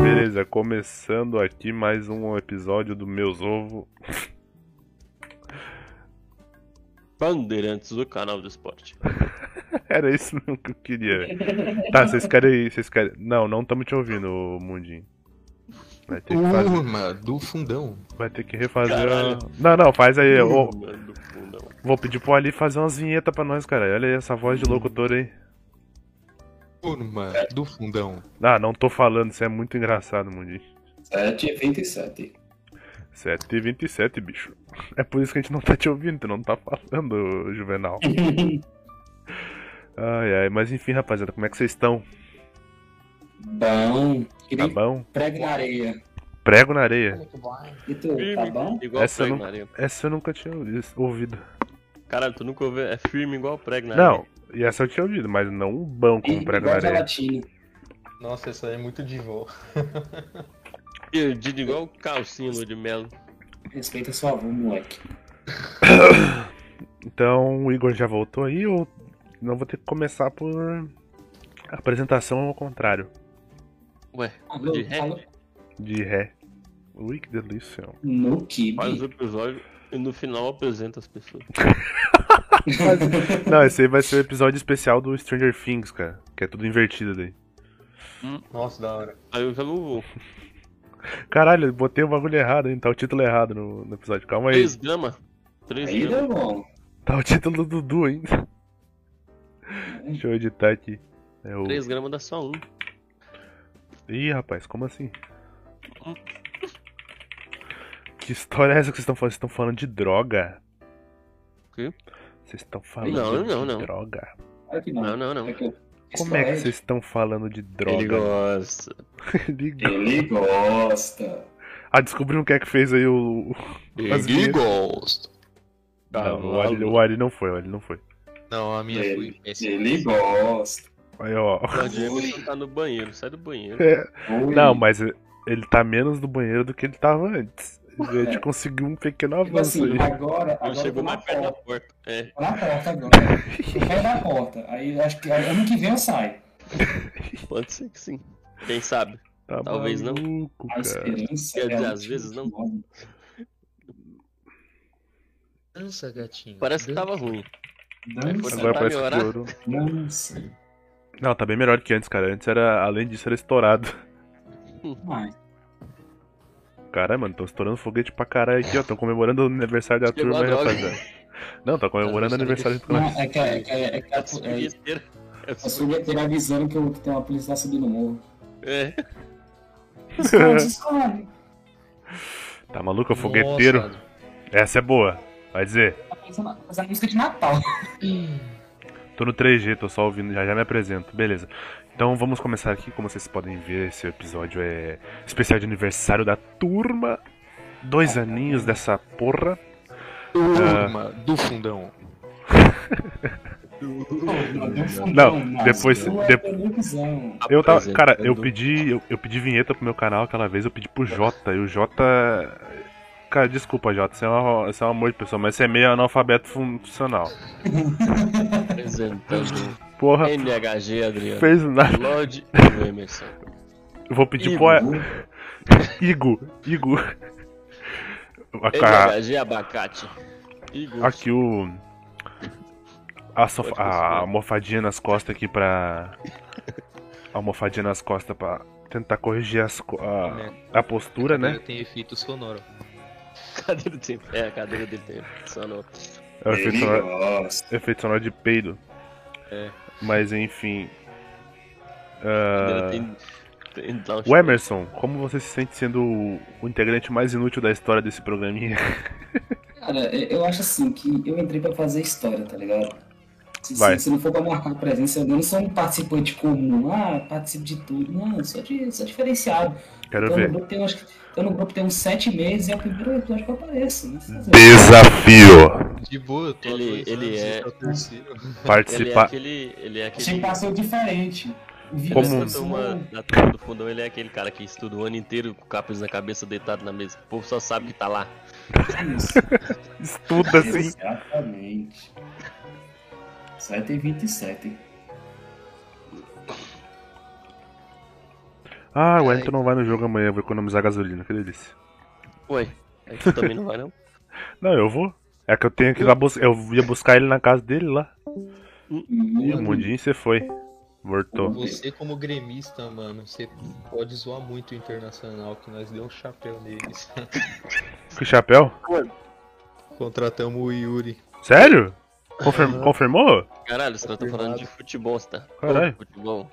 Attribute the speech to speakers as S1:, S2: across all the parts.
S1: beleza? Começando aqui mais um episódio do Meus Ovo.
S2: Bandeirantes do canal do esporte.
S1: Era isso mesmo que eu queria. Tá, vocês querem. Vocês querem. Não, não estamos te ouvindo, Mundinho. Vai ter que fazer.
S3: Turma do fundão.
S1: Vai ter que refazer. A...
S2: Caralho.
S1: Não, não, faz aí. ô.
S2: Mano do é fundão.
S1: vou pedir pro Ali fazer umas vinhetas pra nós, cara. Olha aí essa voz de locutor aí.
S3: Turma do fundão.
S1: Ah, não tô falando, isso é muito engraçado, Mundinho.
S4: 7 e 27.
S1: 7h27, bicho. É por isso que a gente não tá te ouvindo, tu não tá falando, Juvenal. Ai, ai, mas enfim, rapaziada, como é que vocês estão?
S4: Bom,
S1: Tá
S4: queria
S1: bom?
S4: prego na areia.
S1: Prego na areia.
S4: E tu, tá
S2: Firme,
S4: bom?
S2: um igual
S1: Essa eu
S2: prego
S1: não-
S2: na areia.
S1: Essa eu nunca tinha ouvi- ouvido.
S2: Caralho, tu nunca ouviu? É firme igual prego na areia.
S1: Não, e essa eu tinha ouvido, mas não um bom com
S4: E-
S1: prego na
S4: igual
S1: areia.
S4: gelatina.
S3: Nossa, essa aí é muito divô.
S2: Perdido igual calcinha Lua de melo.
S4: Respeita sua avó, moleque.
S1: Então, o Igor já voltou aí, ou não vou ter que começar por apresentação ao contrário.
S2: Ué,
S4: Alô,
S2: de ré?
S4: alô.
S1: De ré. Ui, que delícia.
S4: No kibe.
S2: faz o episódio e no final apresenta as pessoas.
S1: Não, esse aí vai ser o episódio especial do Stranger Things, cara. Que é tudo invertido daí.
S3: Nossa, da hora.
S2: Aí eu já não vou.
S1: Caralho, eu botei o bagulho errado, hein? Tá o título errado no, no episódio. Calma aí.
S2: 3 gramas. 3
S4: Aí
S2: gramas.
S4: deu bom.
S1: Tá o título do Dudu, hein? Deixa eu editar aqui. É o...
S2: 3 gramas dá só um.
S1: Ih, rapaz, como assim? Que história é essa que vocês estão falando? Vocês estão falando de droga?
S2: Quê?
S1: Vocês estão falando
S2: Não,
S1: de
S2: não, não.
S1: droga?
S4: Olha que
S2: Não,
S4: não.
S2: não, não.
S4: Olha que-
S1: Como é que
S4: Isso
S1: vocês estão falando de
S2: Ele
S1: droga?
S2: gosta.
S1: Ele go-
S4: Ele gosta.
S1: ah, descobrimos quem é que fez aí o. o- as vinhetas.
S3: gosto.
S2: Tá
S1: Não, o Ari, o Ari não foi, o Ari não foi.
S3: Não, a minha foi.
S4: Ele,
S3: péssima.
S4: ele gosta.
S1: Aí, ó.
S2: O Jameson tá no banheiro, sai do banheiro.
S1: É.
S4: Ui.
S1: Não, mas ele tá menos do banheiro do que ele tava antes. A gente
S4: É.
S1: conseguiu um pequeno
S4: Tipo
S1: avanço
S4: assim,
S1: aí.
S4: agora, agora
S2: Não chegou
S4: eu tô na
S2: mais perto da
S4: porta.
S2: porta. É,
S4: Tô Na porta agora. Eu caio na porta. Aí acho que ano que vem eu saio.
S2: pode ser que sim. Quem sabe?
S1: Tá
S2: talvez não.
S1: maluco,
S4: A
S1: cara.
S4: esperança.
S2: Quer
S4: é
S2: dizer,
S4: a
S2: às
S4: última
S2: vezes não.
S4: que morre.
S3: Dança, gatinho.
S2: Parece que tava ruim. Aí foi
S4: Dança,
S1: Agora
S2: Tá
S1: parece que
S2: melhorando.
S1: piorou.
S4: dança.
S1: Não, tá bem melhor que antes, cara. Antes era, além disso, era estourado.
S4: Ai,
S1: Caralho, mano, tão estourando foguete pra caralho aqui, ó. Tão comemorando o aniversário da
S2: Chegou
S1: turma aí,
S2: a droga.
S1: rapaziada. Não, tá comemorando o aniversário do
S4: Não,
S1: canal.
S4: é que é, que é, é, que
S2: É,
S4: a,
S2: a
S4: é,
S2: sujeira. É a
S4: a sujeira avisando que, eu, que tem uma polícia lá subindo o morro.
S2: É,
S4: Esconde, esconde.
S1: Tá maluco, é fogueteiro. Essa é boa. Vai dizer,
S4: Tá parecendo a- parecendo a música de Natal.
S1: tô no 3G, tô só ouvindo, já já me apresento. Beleza. Então vamos começar aqui, como vocês podem ver, esse episódio é especial de aniversário da turma. Dois aninhos dessa porra.
S3: Turma do fundão.
S1: Não, depois- de-
S4: é
S1: Eu tava, cara, eu
S2: Tá apresentando.
S1: pedi, eu, eu pedi vinheta pro meu canal aquela vez, eu pedi pro Jota, e o Jota. Cara, desculpa, Jota, você é, uma, você é um amor de pessoa, mas você é meio analfabeto funcional.
S2: apresentando.
S1: Porra,
S2: É. NHG, Adriano.
S1: fez nada.
S2: Lorde e Emerson.
S1: Eu vou pedir pro Igo, Igo. A- a-
S2: NHG, é abacate. Igor.
S1: Aqui o. A, sofa- a almofadinha nas costas aqui pra. A almofadinha nas costas pra tentar corrigir as, co- a, a postura, né?
S3: Tem efeito sonoro.
S2: Cadeira do tempo. É, a cadeira dele tem. Só no...
S1: É o efeito sonoro-
S4: gosta.
S1: efeito sonoro de peido.
S2: É.
S1: Mas enfim.
S2: cadeira tem... tem dá um
S1: Ah, O Emerson, como você se sente sendo o, o integrante mais inútil da história desse programinha?
S4: Cara, eu eu acho assim que eu entrei pra fazer história, tá ligado? Se,
S1: Vai.
S4: se, se não for pra marcar presença, eu não sou um participante comum. Ah, participo de tudo. Não, eu sou, de, sou diferenciado.
S1: Quero
S4: Tô no
S1: ver.
S4: grupo tem, acho que, tô no grupo tem uns sete meses e é o primeiro episódio que eu apareço. Né?
S1: Desafio!
S3: De boa, eu tô há
S2: Ele-
S3: dois
S2: ele
S3: anos,
S2: é-
S3: esse o terceiro.
S2: Ele é
S1: Participar.
S2: aquele... Ele é aquele...
S4: Achei que passou diferente. assim, Vi
S1: Como- um-
S2: Da
S4: essa
S2: turma,
S4: turma-
S2: da turma do fundão, ele é aquele cara que estuda o ano inteiro com o capuz na cabeça, deitado na mesa. O povo só sabe que tá lá.
S4: é Isso,
S1: Estuda assim.
S4: Exatamente. 7 e 27.
S1: Ah, o Wellington não vai no jogo amanhã, eu vou economizar gasolina, que delícia.
S2: Ué, aí tu É também não vai não?
S1: Não, eu vou. É que eu tenho que ir lá bus... Eu ia buscar ele na casa dele lá. E o mundinho você foi. Voltou.
S3: Você como gremista, mano, você pode zoar muito o Internacional, que nós deu um chapéu neles.
S1: Que chapéu?
S3: Contratamos o Yuri.
S1: Sério? Confirm- Confirmou?
S2: Caralho, os caras estão falando de futebol, tá?
S1: Caralho.
S2: Futebol.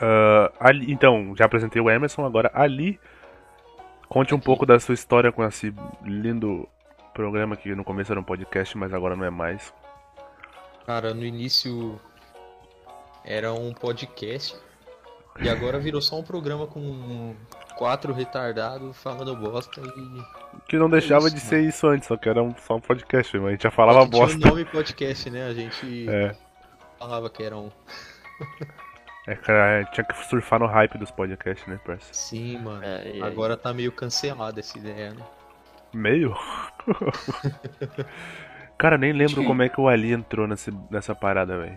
S1: Ah, Ali- então, já apresentei o Emerson, agora Ali. Conte um pouco da sua história com esse lindo programa que no começo era um podcast, mas agora não é mais.
S3: Cara, no início era um podcast e agora virou só um programa com quatro retardados falando bosta e.
S1: Que não deixava
S3: isso,
S1: de ser isso antes, só que era um, só um podcast mesmo. A gente já falava
S3: Só que tinha
S1: bosta.
S3: o nome podcast, né? A gente
S1: É.
S3: falava que era um.
S1: É, cara, tinha que surfar no hype dos podcasts, né, parça?
S3: Sim, mano.
S2: É, e aí?
S3: Agora tá meio cancelada essa ideia, né?
S1: Meio? cara, nem lembro como é que o Ali entrou nesse, nessa parada, velho.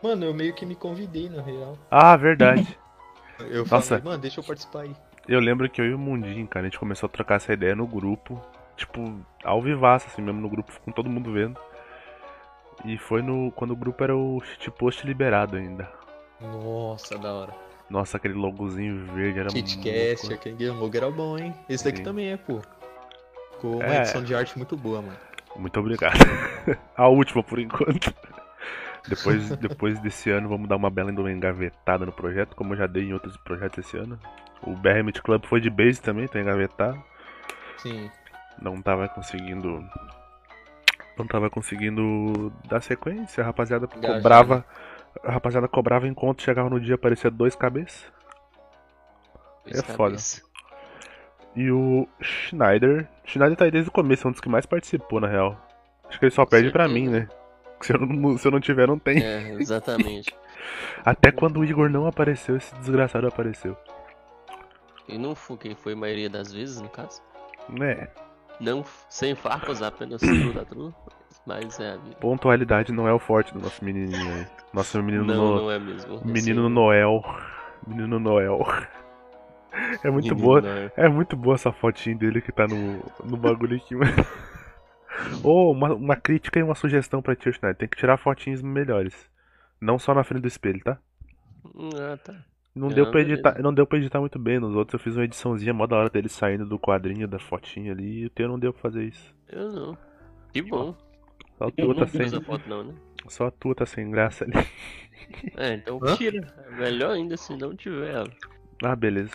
S3: Mano, eu meio que me convidei, na real.
S1: Ah, verdade.
S3: Eu
S1: Nossa.
S3: falei, mano, deixa eu participar aí.
S1: Eu lembro que eu e o Mundinho, cara, a gente começou a trocar essa ideia no grupo. Tipo, ao vivaço, assim mesmo, no grupo, com todo mundo vendo. E foi no quando o grupo era o shitpost liberado ainda.
S3: Nossa, da hora.
S1: Nossa, aquele logozinho verde era muito...
S3: KitKast, aquele Game Over era bom, hein? Esse daqui
S1: Sim.
S3: também é, pô. Com uma
S1: É.
S3: edição de arte muito boa, mano.
S1: Muito obrigado. A última por enquanto. Depois, depois desse ano vamos dar uma bela uma engavetada no projeto, como eu já dei em outros projetos esse ano. O Behemoth Club foi de base também, tá engavetado.
S3: Sim.
S1: Não tava conseguindo. Não tava conseguindo dar sequência. A rapaziada
S3: Engajada.
S1: cobrava. A rapaziada cobrava enquanto chegava no dia aparecia dois cabeças.
S2: Esse
S1: é foda.
S2: cabeça.
S1: E o Schneider. Schneider tá aí desde o começo, é um dos que mais participou, na real. Acho que ele só perde pra mim, né? Se eu não, se eu não tiver, não tem.
S2: É, exatamente.
S1: Até quando o Igor não apareceu, esse desgraçado apareceu.
S2: E não foi quem foi a maioria das vezes, no caso.
S1: Né?
S2: Não, f- sem farpas, apenas tudo da tudo. Mas é a vida.
S1: Pontualidade não é o forte do nosso menininho aí. Nosso menino
S2: não,
S1: no...
S2: não é mesmo.
S1: menino
S2: Esse-
S1: Noel. Menino Noel. É muito
S2: menino
S1: boa.
S2: não é.
S1: É muito boa essa fotinha dele que tá no, no bagulho aqui, mano. Ô, uma, uma crítica e uma sugestão pra Tio Schneider. Tem que tirar fotinhos melhores. Não só na frente do espelho, tá?
S2: Ah, tá.
S1: Não
S2: É,
S1: deu, pra
S2: beleza.
S1: editar, não deu pra editar muito bem. Nos outros eu fiz uma ediçãozinha mó da hora dele saindo do quadrinho da fotinha ali. E o teu não deu pra fazer isso.
S2: Eu não. Que bom.
S1: Só a
S2: Eu
S1: tua
S2: não
S1: tá
S2: fiz
S1: sem,
S2: essa foto não, né?
S1: só a tua tá sem graça ali.
S2: É, então
S3: Hã?
S2: tira. É melhor ainda se não tiver ela.
S1: Ah, beleza.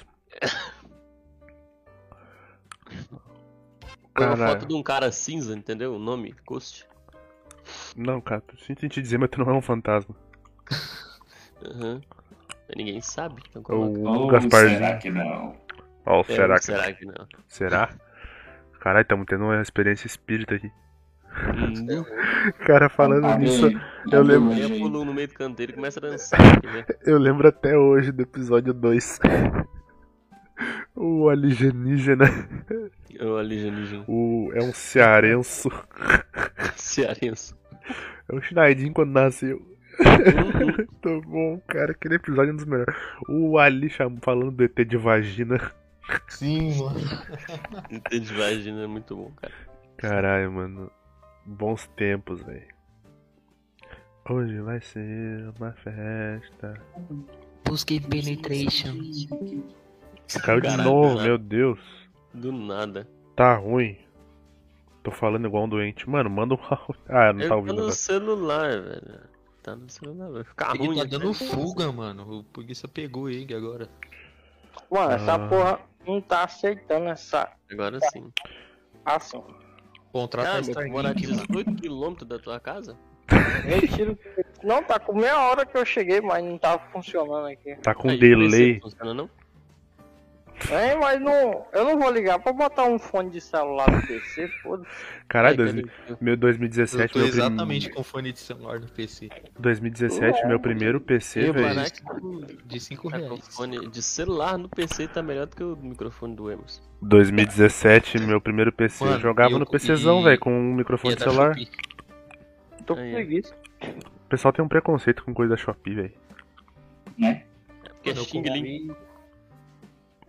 S2: Foi uma
S1: Caralho.
S2: foto de um cara cinza, entendeu? O nome, Coast.
S1: Não, cara, tu sinto em te dizer, mas tu não é um fantasma.
S2: Aham. Mas Ninguém sabe, então
S1: É
S2: coloca.
S1: o
S4: Ou
S1: Gasparzinho.
S4: será que não?
S1: Ó, o
S2: É,
S1: será que.
S2: será que não?
S1: Será? Caralho, estamos tendo uma experiência espírita aqui.
S2: Hum,
S1: Cara, falando nisso, eu lembro-
S2: Ele
S4: lembro.
S2: pulou no meio do canteiro e começa a dançar. aqui, né?
S1: eu lembro até hoje do episódio 2. O alienígena,
S2: Ô, alienígena.
S1: o, é um cearenso.
S2: Cearense.
S1: É o Schneidinho quando nasceu.
S2: Hum,
S1: Muito bom, cara. Aquele episódio é um dos melhores. O Ali cham- falando do ET de vagina.
S3: Sim, mano.
S2: hum. Entendi, vagina é muito bom, cara.
S1: Caralho, mano. Bons tempos, velho. Hoje vai ser uma festa.
S5: Busquei penetration.
S1: Caiu de
S2: Caralho,
S1: novo,
S2: né?
S1: meu Deus.
S2: Do nada.
S1: Tá ruim. Tô falando igual um doente. Mano, manda um áudio. Ah, não
S2: Ele
S1: tá
S2: tá
S1: ouvindo.
S2: no
S1: né?
S2: celular, velho. Tá no celular, vai ficar
S3: Ele
S2: ruim.
S3: tá
S2: né,
S3: dando
S2: cara?
S3: fuga, mano. O polícia pegou ele agora.
S6: Mano, essa
S1: Ah.
S6: porra não tá aceitando essa
S2: Agora sim.
S6: ação.
S3: Contrata a
S2: Cara, tu mora a
S3: Starlink, mano.
S2: 18km da tua casa?
S6: Retiro. Não, tá com meia hora que eu cheguei, mas não tava funcionando aqui.
S1: Tá com
S2: Aí,
S1: delay.
S2: não funciona, não?
S6: É, mas não. Eu não vou ligar pra botar um fone de celular no PC, foda-se.
S1: Caralho, dois,
S2: Aí, cadê?
S1: meu
S3: Eu
S1: 2017,
S3: tô
S1: meu
S3: exatamente
S1: é primeiro.
S3: com fone de celular no PC.
S1: 2017, meu primeiro PC,
S2: Eu
S1: velho.
S2: parar
S3: Parece
S2: que
S3: tá De 5
S2: o
S3: reais.
S2: microfone de celular no PC tá melhor do que o microfone do Emerson.
S1: 2017,
S2: Tá.
S1: meu primeiro PC. eu
S3: Mano,
S1: jogava
S3: eu-
S1: no PCzão,
S3: e-
S1: velho, com um
S3: Ia
S2: é
S1: microfone de
S3: dar
S1: celular.
S3: Shopee.
S6: Tô com
S2: Aí, ó.
S6: preguiça.
S1: O pessoal tem um preconceito com coisa da Shopee, velho.
S2: É porque é
S3: Mano, eu
S2: Xing Ling.
S3: comprei-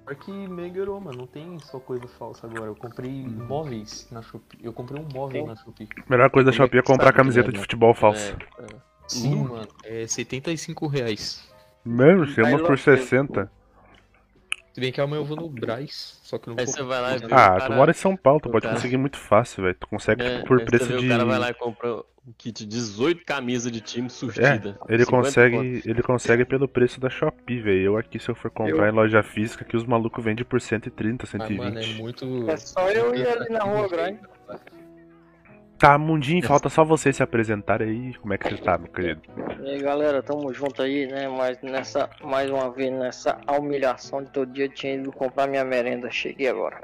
S3: Pior que melhorou, mano. Não tem só coisa falsa agora. Eu comprei móveis na Shopee. Eu comprei um móvel
S6: Tem-
S3: na Shopee.
S1: Melhor coisa da
S3: Como é
S1: Shopee é
S3: que
S1: comprar
S3: sabe que
S1: camiseta
S3: é,
S1: de
S3: né?
S1: futebol falsa.
S2: É, é.
S3: Sim,
S2: Hum.
S3: mano. É 75 reais.
S1: Mano, tem
S6: Vai
S1: umas por
S6: logo,
S2: é
S1: 60.
S3: Se bem que é amanhã eu vou no Braz, só que eu não
S2: Aí
S3: vou.
S2: você vai lá e vê o
S1: Ah,
S2: cara-
S1: tu mora em São Paulo, tu
S2: o
S1: pode
S2: cara-
S1: conseguir muito fácil, velho. Tu consegue
S2: É,
S1: por
S2: aí
S1: preço
S2: você vê,
S1: de.
S2: O cara vai lá e compra um kit de 18 camisas de time
S1: É,
S2: surtida.
S1: ele
S2: 50
S1: consegue,
S2: conto.
S1: ele consegue pelo preço da Shopee, velho. Eu aqui, se eu for comprar em loja física, que os malucos vendem por 130,
S3: Ah, mano, é
S1: 120.
S3: muito. Tá.
S6: É só eu ir ali na Rua né? Grande.
S1: Tá, mundinho, falta só vocês se apresentarem aí. Como é que você tá, meu querido?
S6: E aí, galera, tamo junto aí, né? Mas nessa, mais uma vez, nessa humilhação de todo dia, eu tinha ido comprar minha merenda. Cheguei agora.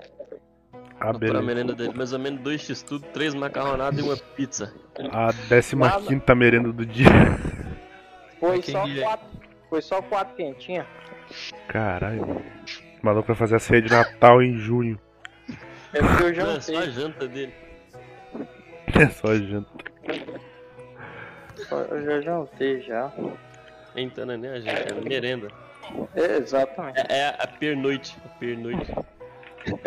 S1: Ah,
S2: Comprar a
S1: beleza.
S2: merenda dele, mais ou menos dois x tudo, três macarronadas e uma pizza.
S1: A 15 merenda do dia.
S6: Foi
S3: Mas quem
S6: só
S3: que é?
S6: quatro. Foi só quatro quentinhas.
S1: Caralho, mano. O maluco vai fazer a ceia de Natal em junho.
S6: É porque eu
S2: Não, é só a
S6: jantei.
S2: janta dele.
S1: É só janta.
S6: Eu já jantei já.
S2: Então não é nem a janta, é a merenda.
S6: É, exatamente.
S2: É, é a pernoite. A pernoite.
S6: É,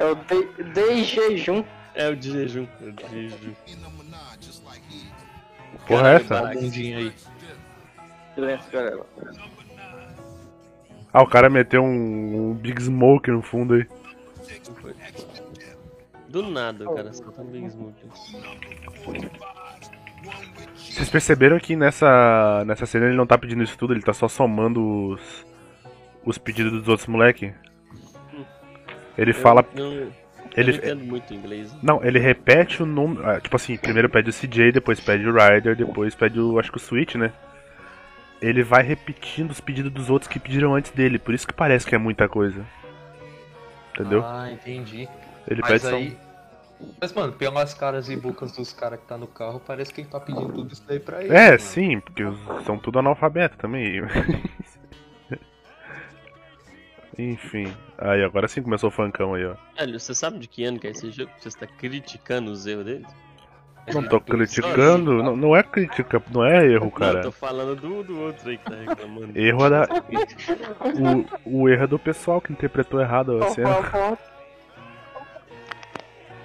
S6: Eu dei, dei jejum.
S2: É o de jejum. É o de jejum.
S1: Porra, é
S2: Caralho,
S1: essa?
S2: Barack.
S3: bundinha aí.
S6: Silêncio, galera.
S1: Ah, o cara meteu um, um Big Smoke no fundo aí.
S2: Do nada, cara. Só tá meio smoke.
S1: Vocês perceberam que nessa, nessa cena ele não tá pedindo isso tudo, ele tá só somando os, os pedidos dos outros moleque. Ele fala.
S2: Não, eu não
S1: Ele,
S2: entendo muito inglês.
S1: não, ele repete o número. ah, tipo assim, primeiro pede o CJ, depois pede o Rider, depois pede o. Acho que o Switch, né? Ele vai repetindo os pedidos dos outros que pediram antes dele, por isso que parece que é muita coisa. Entendeu?
S3: Ah, entendi.
S1: ele pede
S3: Mas
S1: só. um.
S3: aí. Mas, mano, pelas caras e bocas dos caras que tá no carro, parece que ele tá pedindo tudo isso daí pra ele.
S1: É,
S3: mano.
S1: sim, porque os- são tudo analfabeto também. Enfim. Aí, agora sim começou o funkão aí, ó.
S2: Velho, você sabe de que ano que é esse jogo? Você está criticando os erros dele?
S1: Não tô criticando, não, não é crítica, não é erro,
S2: Não,
S1: cara.
S2: tô falando do, do outro aí que tá reclamando.
S1: Erro é da. O, o erro é do pessoal que interpretou errado a cena.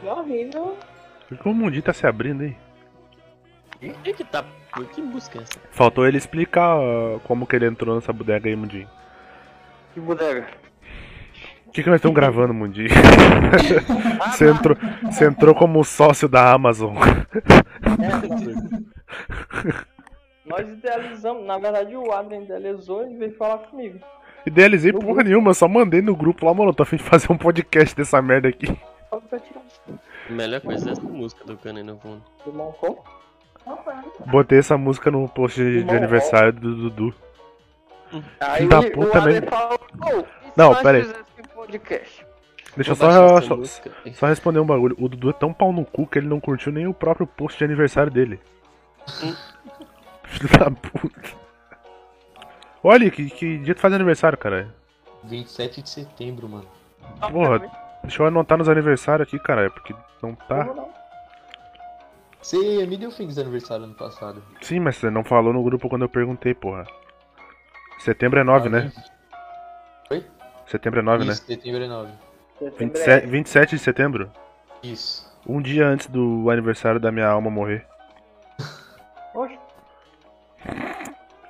S6: Que horrível.
S1: Por que o mundinho tá se abrindo aí?
S2: O que que tá... Que música é essa?
S1: Faltou ele explicar ó, como que ele entrou nessa bodega aí, Mundinho.
S6: Que bodega.
S1: O que, que nós estamos gravando, Mundinho?
S6: Ah,
S1: Você entrou, você entrou como um sócio da Amazon.
S6: Nós idealizamos, na verdade o Adrian idealizou e veio falar comigo.
S1: Idealizei
S6: No
S1: porra nenhuma, só mandei no grupo lá, mano, tô afim de fazer um podcast dessa merda aqui.
S6: Só pra tirar um
S2: A melhor coisa é essa música tocando aí no fundo.
S6: do mão como?
S1: Botei essa música no post de, de aniversário do Dudu.
S6: Aí
S1: da
S6: o- o
S1: puta
S6: Adrian
S1: mesmo.
S6: falou, "Ô, e se
S1: Não,
S6: nós
S1: pera aí.
S6: fizéssemos um podcast?
S1: Deixa eu
S2: Vou baixar
S1: só,
S2: essa
S1: só,
S2: música.
S1: só responder um bagulho. O Dudu é tão pau no cu que ele não curtiu nem o próprio post de aniversário dele. Filho da puta. Olha, que, que dia tu faz aniversário, caralho.
S3: 27 de setembro, mano.
S1: Porra. Deixa eu anotar nos aniversários aqui, caralho, porque não tá.
S3: Você é me deu feliz aniversário ano passado.
S1: Sim, mas você não falou no grupo quando eu perguntei, porra. Setembro é 9, né?
S3: Oi?
S1: Setembro é 9, né?
S3: Isso, setembro é 9.
S6: Setembro é-
S1: 27, 27 de setembro?
S3: Isso.
S1: Um dia antes do aniversário da minha alma morrer.
S6: Oxe,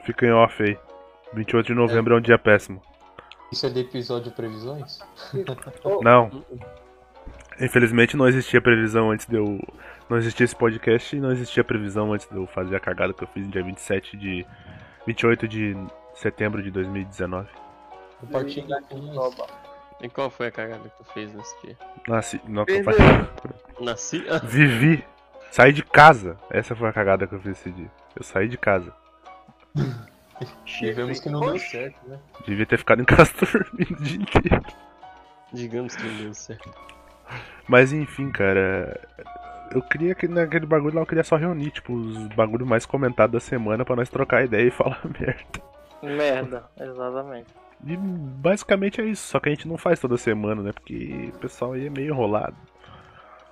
S1: Fica em off aí. 28 de novembro é um dia péssimo.
S3: Isso é do episódio Previsões?
S1: Não. Infelizmente não existia previsão antes de eu. Não existia esse podcast e não existia previsão antes de eu fazer a cagada que eu fiz no dia 27 de. 28 de setembro de 2019.
S3: Compartilha com nós.
S6: Oba.
S2: E qual foi a cagada que tu fez nesse dia?
S1: Nasci. Não,
S6: Perdeu.
S2: Nasci... Ah,
S1: Vivi. Saí de casa. Essa foi a cagada que eu fiz esse dia. Eu saí de casa.
S3: Tivemos que não deu certo, né?
S1: Devia ter ficado em casa dormindo o dia inteiro.
S2: digamos que não deu certo.
S1: Mas enfim, cara. Eu queria que naquele bagulho lá eu queria só reunir, tipo, os bagulho mais comentado da semana pra nós trocar ideia e falar merda.
S6: Merda, exatamente.
S1: E basicamente é isso, só que a gente não faz toda semana, né? Porque o pessoal aí é meio enrolado.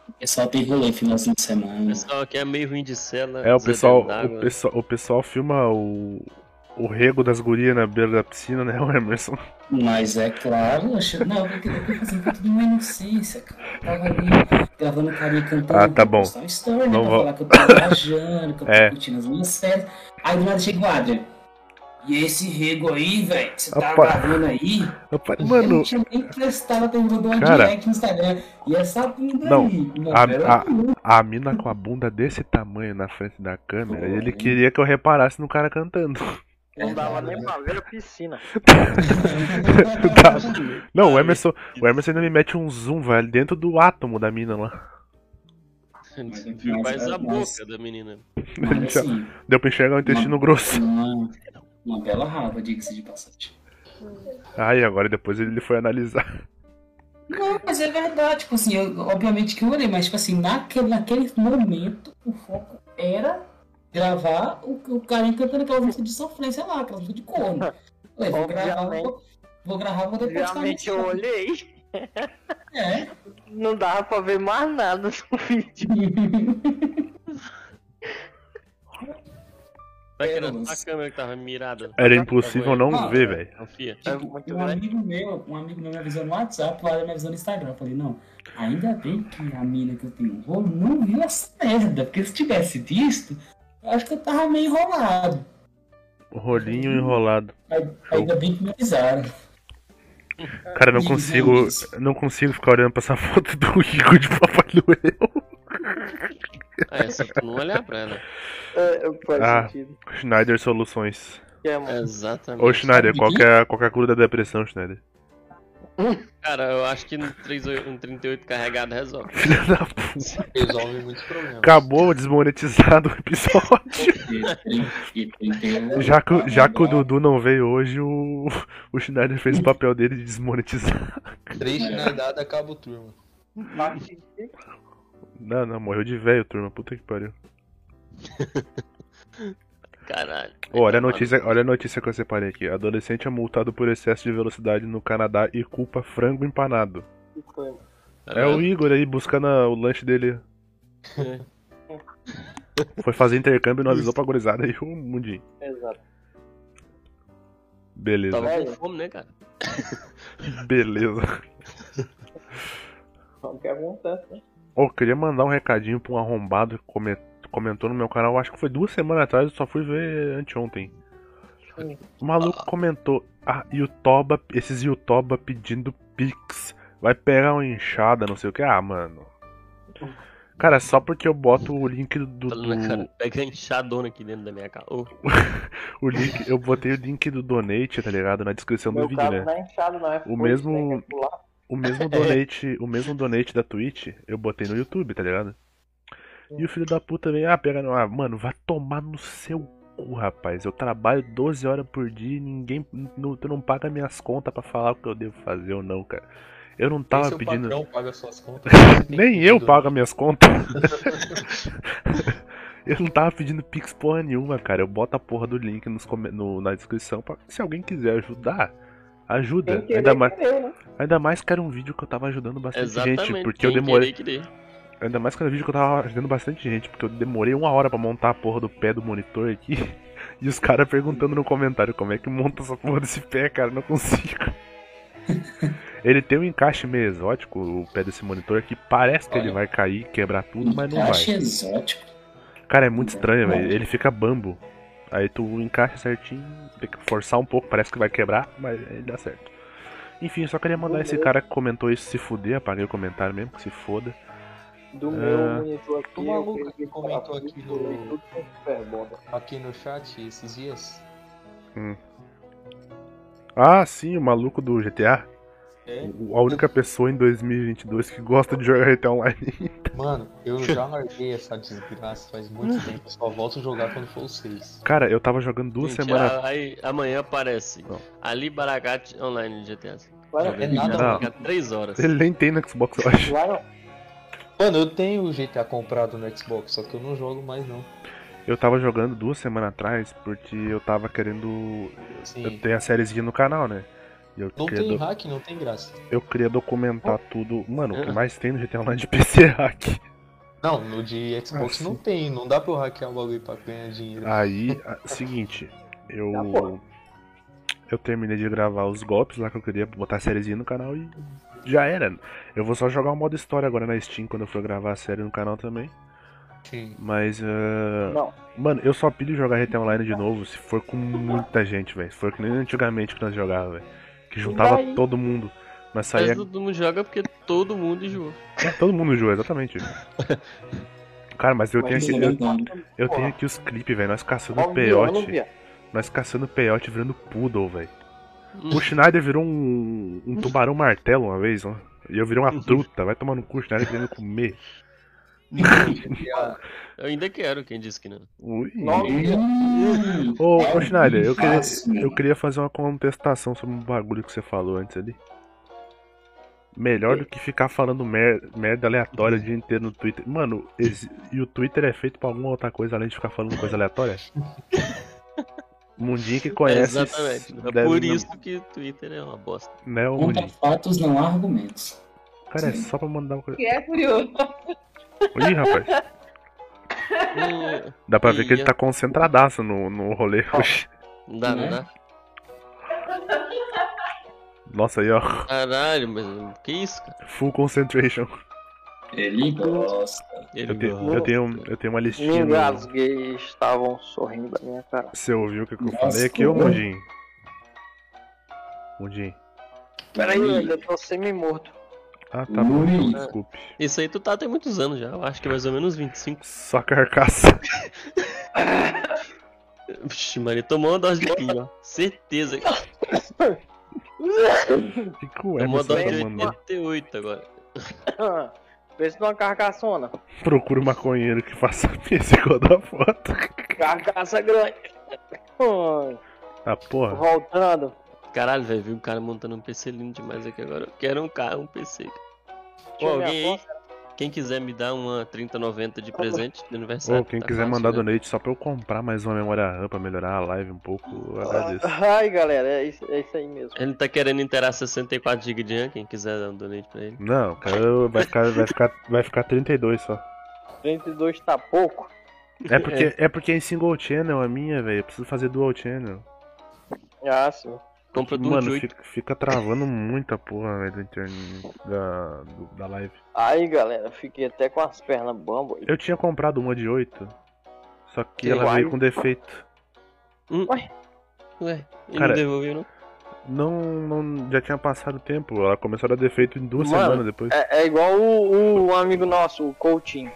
S4: O pessoal tem É rolê finalzinho de semana.
S2: O pessoal aqui é meio ruim de cela.
S1: É, o
S2: Zé
S1: pessoal,
S2: Dentro d'Água.
S1: o pessoal, o pessoal filma o, O rego das gurias na beira da piscina, né, o Emerson?
S4: Mas é claro, oxe, não, porque depois assim, foi tudo uma inocência, cara. Tava ali gravando carinha cantando.
S1: Ah, tá bom.
S4: postar um story, né,
S1: Não
S4: pra
S1: vou-
S4: falar que eu tô viajando, que eu tô
S1: É.
S4: curtindo as minhas férias. Aí do nada chega o Adrian. E esse rego aí, velho, que você tá
S1: Opa.
S4: gravando aí?
S1: Opa,
S4: Eu não
S1: Mano,
S4: tinha nem prestado atenção do
S1: Cara.
S4: um direct no Instagram. E é essa bunda
S1: Não,
S4: aí, mano,
S1: a-
S4: era
S1: a-
S4: muito
S1: a mina com a bunda desse tamanho na frente da câmera, ele
S4: Pô.
S1: queria que eu reparasse no cara cantando.
S6: Não dava
S4: verdade.
S6: nem pra ver a piscina.
S1: Não, o Emerson, o Emerson ainda me mete um zoom, velho, dentro do átomo da mina lá.
S2: Viu
S4: Mas-
S3: é
S2: mais a
S4: mas-
S2: boca da menina.
S4: Mas assim,
S1: Deu pra enxergar o intestino grosso.
S4: uma, uma bela raiva, diga-se de passagem.
S1: Ai, agora depois ele foi analisar.
S4: Não, mas é verdade, tipo assim, eu- obviamente que eu olhei, mas tipo assim, naquele, naquele momento o foco era gravar o, o cara cantando aquela música de sofrência lá, aquela música de corno. Ué, vou gravar, vou, vou gravar, vou depositar no
S6: Obviamente eu
S4: Instagram.
S6: olhei,
S4: É.
S6: não dava pra ver mais nada no vídeo.
S2: Vai que era
S4: Pérolas.
S2: a câmera que tava mirada.
S1: Era impossível não
S4: Ah.
S1: ver, velho.
S2: Confia.
S6: É muito
S4: um
S6: grande.
S4: amigo meu, um amigo meu me avisou no WhatsApp, o Adam me avisou no Instagram. Eu falei, não, ainda bem que a mina que eu tenho um rolo não viu essa merda, porque se tivesse visto, eu acho que eu tava meio enrolado.
S1: Rolinho enrolado.
S4: Aí- Ainda bem que me avisaram.
S1: Cara, não consigo, não consigo ficar olhando pra essa foto do Igor de Papai Noel.
S2: Ah, é só tu não olhar pra ela.
S6: É, é, faz
S1: Ah.
S6: sentido.
S1: Schneider Soluções.
S6: É, mano.
S2: Exatamente.
S1: Ô Schneider, qual que é, qual que é a cura da depressão, Schneider?
S2: Cara, eu acho que um 38 um 38 carregado resolve.
S1: Filha da puta.
S3: Resolve muitos problemas.
S1: Acabou desmonetizado o episódio.
S4: um
S1: Já que, já que o Dudu não veio hoje, o, o Schneider fez o papel dele de desmonetizar.
S3: Três chinaidadas acaba o turma.
S1: Não, não, morreu de velho, turma. Puta que pariu.
S2: Caralho. Tá
S1: Ô, É, olha, a notícia, olha a notícia que eu separei aqui. Adolescente é multado por excesso de velocidade no Canadá e culpa frango empanado. É o Igor aí buscando a- o lanche dele. Foi fazer intercâmbio e não avisou pra gurizada aí o mundinho.
S6: Exato. Tá
S1: Beleza,
S2: Tava com fome, né, cara?
S1: beleza.
S6: Não quer montar, né?
S1: Ô, queria mandar um recadinho pra um arrombado que come- comentou no meu canal, acho que foi duas semanas atrás, eu só fui ver anteontem. O maluco comentou, ah, Yutoba, esses Yutoba pedindo Pix, vai pegar uma enxada, não sei o que. Ah, mano. Cara, só porque eu boto o link do. do-
S2: Falando na cara. Pega a enxadona aqui dentro da minha casa. Ô,
S1: o link, eu botei o link do donate, tá ligado? Na descrição do
S6: Meu
S1: vídeo,
S6: carro
S1: né?
S6: não é inchado, não. É fogo,
S1: mesmo-
S6: né, que é pular.
S1: O mesmo donate, o mesmo donate da Twitch, eu botei no YouTube, tá ligado? E o filho da puta vem, ah, pega, ah, mano, vai tomar no seu cu, rapaz. Eu trabalho 12 horas por dia e ninguém, não, tu não paga minhas contas pra falar o que eu devo fazer ou não, cara. Eu não
S3: Nem
S1: tava
S6: é
S3: seu
S1: pedindo,
S3: é patrão paga suas contas. você tem
S1: nem
S3: que
S1: eu
S6: né?
S3: pedir
S1: pago as minhas contas. eu não tava pedindo pix porra nenhuma, cara. Eu boto a porra do link nos, come- no- na descrição pra se alguém quiser ajudar, ajuda.
S6: Quem querer,
S1: É, Ainda mais
S6: querer, né?
S1: Ainda mais que era um vídeo que eu tava ajudando bastante
S2: exatamente.
S1: gente, porque eu
S2: quem
S1: demorei.
S2: querer, querer.
S1: Ainda mais que era um vídeo que eu tava ajudando bastante gente, porque eu demorei uma hora pra montar a porra do pé do monitor aqui. E os caras perguntando no comentário como é que monta essa porra desse pé, cara, não consigo. ele tem um encaixe meio exótico, o pé desse monitor, que parece que ele vai cair, quebrar tudo, mas não
S4: Encaixe assim.
S1: vai.
S4: um exótico.
S1: Cara, é muito estranho,
S4: Não.
S1: velho. Ele fica bambo. Aí tu encaixa certinho, tem que forçar um pouco, parece que vai quebrar, mas aí dá certo. Enfim, eu só queria mandar esse cara que comentou isso se fuder, apaguei o comentário mesmo, que se foda.
S6: Do meu
S1: Ah.
S6: monitor aqui.
S3: O maluco
S6: eu
S3: que comentou aqui no-
S6: eu tudo com super bomba.
S3: Aqui no chat esses dias.
S1: Ah, sim, o maluco do GTA.
S3: É.
S1: O- A única pessoa em 2022 que gosta de jogar GTA Online.
S3: Mano, eu já larguei essa desgraça faz muito tempo. Só volto a jogar quando for os seis.
S1: Cara, eu tava jogando duas
S2: Gente,
S3: ah,
S1: semanas.
S2: a- Aí amanhã aparece.
S1: Não.
S2: Ali Baracate online no GTA.
S6: Claro,
S3: É nada,
S1: Não.
S3: mano.
S2: Fica 3 horas.
S1: Ele nem tem no Xbox, eu acho.
S6: claro.
S3: Mano, eu tenho o GTA comprado no Xbox, só que eu não jogo mais não.
S1: Eu tava jogando duas semanas atrás porque eu tava querendo. Eu
S3: Sim.
S1: tenho a sériezinha no canal, né? E eu
S3: Assim, Não
S1: queria
S3: tem
S1: do-
S3: hack, não tem graça.
S1: Eu queria documentar
S6: Oh.
S1: tudo. Mano, o
S6: Ah.
S1: que mais tem no GTA Online de PC é hack.
S3: Não, no de Xbox
S1: Ah,
S3: não tem, não dá pra eu hackear o bagulho pra ganhar dinheiro.
S1: Aí, a- seguinte, Eu.
S6: Tá, porra.
S1: eu terminei de gravar os golpes lá que eu queria botar a sériezinha no canal e já era. Eu vou só jogar o modo história agora na Steam quando eu for gravar a série no canal também.
S3: Sim.
S1: Mas. ah,
S6: Não.
S1: Mano, eu só pilho jogar GTA Online de novo se for com muita gente, velho. Se for que nem antigamente que nós jogávamos, velho. Que juntava
S6: Daí-
S1: todo mundo. Mas
S2: Mas
S1: saía.
S2: todo mundo joga porque todo mundo joga.
S1: É, todo mundo joga, exatamente. Cara, mas eu tenho
S6: Mas
S1: aqui,
S6: isso é
S1: eu,
S4: eu-
S6: verdade.
S1: eu tenho
S6: Porra,
S1: aqui os clipes, velho. Nós caçando
S6: olha o violão,
S1: peiote.
S6: viado.
S1: Nós caçando peiote virando poodle, velho.
S2: Hum,
S1: O Schneider virou um, um tubarão martelo uma vez, ó. E eu virei
S2: Uhum.
S1: uma truta. Vai tomar no cu, o Schneider querendo comer.
S2: Eu ainda quero, quem disse que não.
S1: Ui.
S6: Nossa.
S4: Hum,
S1: Ô,
S4: é
S1: ô Schneider, eu queria,
S4: fácil. né?
S1: eu queria fazer uma contestação sobre um bagulho que você falou antes ali. Melhor do que ficar falando mer- merda aleatória o dia inteiro no Twitter. Mano, exi- e o Twitter é feito pra alguma outra coisa além de ficar falando coisa aleatória? Mundinho que conhece.
S2: É, exatamente. É
S1: deve
S2: por
S1: não-
S2: isso que o Twitter é uma bosta.
S1: Né, o
S4: Contra
S1: Mundinho?
S4: fatos, não há argumentos.
S1: Cara, é
S4: Sim.
S1: só pra mandar uma coisa.
S7: Que é curioso.
S1: Ih, rapaz.
S2: Hum,
S1: Dá pra ver que ele tá concentradaço no, no rolê hoje.
S2: Não dá, não
S4: Né?
S2: dá.
S1: Nossa, aí ó,
S2: Caralho, mas que isso, cara?
S1: full concentration.
S4: Ele gosta.
S2: Ele
S1: Eu tenho,
S2: gosta.
S1: eu tenho, um- eu tenho uma
S6: Me
S1: listinha. no-
S6: engasguei e estavam sorrindo da minha cara.
S1: Você ouviu o que, que eu
S4: Nossa,
S1: falei aqui, ô
S4: mano.
S1: Mundim? Mundim.
S6: Peraí, ainda tô semi-morto.
S1: Ah, tá
S4: Ui.
S1: bom, então, desculpe.
S2: Isso aí tu tá tem muitos anos já, eu acho que é mais ou menos 25.
S1: Só carcaça.
S2: Vixe, Maria, tomou uma dose de pinho, ó. Certeza.
S1: Que que o
S2: tomou uma
S1: Emerson
S2: dose
S1: tá
S2: de
S1: mandando?
S2: 88 agora.
S6: Ah, Pensa numa carcaçona.
S1: Procura um maconheiro que faça pizza igual da foto.
S6: Carcaça grande. Ai,
S1: Ah, porra.
S6: Voltando.
S2: Caralho, velho, vi um cara montando um PC lindo demais aqui agora. Eu quero um carro, um PC. Pô,
S6: Deixa eu ver a
S2: alguém aí,
S6: foto.
S2: quem quiser me dar uma 3090 de presente de aniversário.
S1: Ô, quem
S2: tá
S1: quiser
S2: fácil,
S1: mandar
S2: né?
S1: donate só pra eu comprar mais uma memória RAM pra melhorar a live um pouco, eu agradeço.
S6: Ai, galera, é isso, é isso aí mesmo.
S2: Ele tá querendo inteirar 64GB de RAM, quem quiser dar um donate pra ele.
S1: Não, cara, eu- vai ficar, vai ficar, vai ficar 32 só.
S6: 32 tá pouco.
S1: É porque, é porque em single channel a minha, velho, eu preciso fazer dual channel.
S6: Ah, sim.
S2: Compra do
S1: Mano,
S2: 8.
S1: fica, fica travando muita porra, velho, do internet, da, do- da live.
S6: Aí, galera, fiquei até com as pernas bambo. aí.
S1: Eu tinha comprado uma de 8, só que
S2: Que
S1: ela
S6: guai.
S1: veio com defeito.
S2: Ué, ele
S1: Cara,
S2: não devolveu, não?
S1: Não, não, já tinha passado o tempo, ela começou a dar defeito em duas
S6: Mano,
S1: semanas depois.
S6: É, é igual o, o amigo nosso, o Coutinho.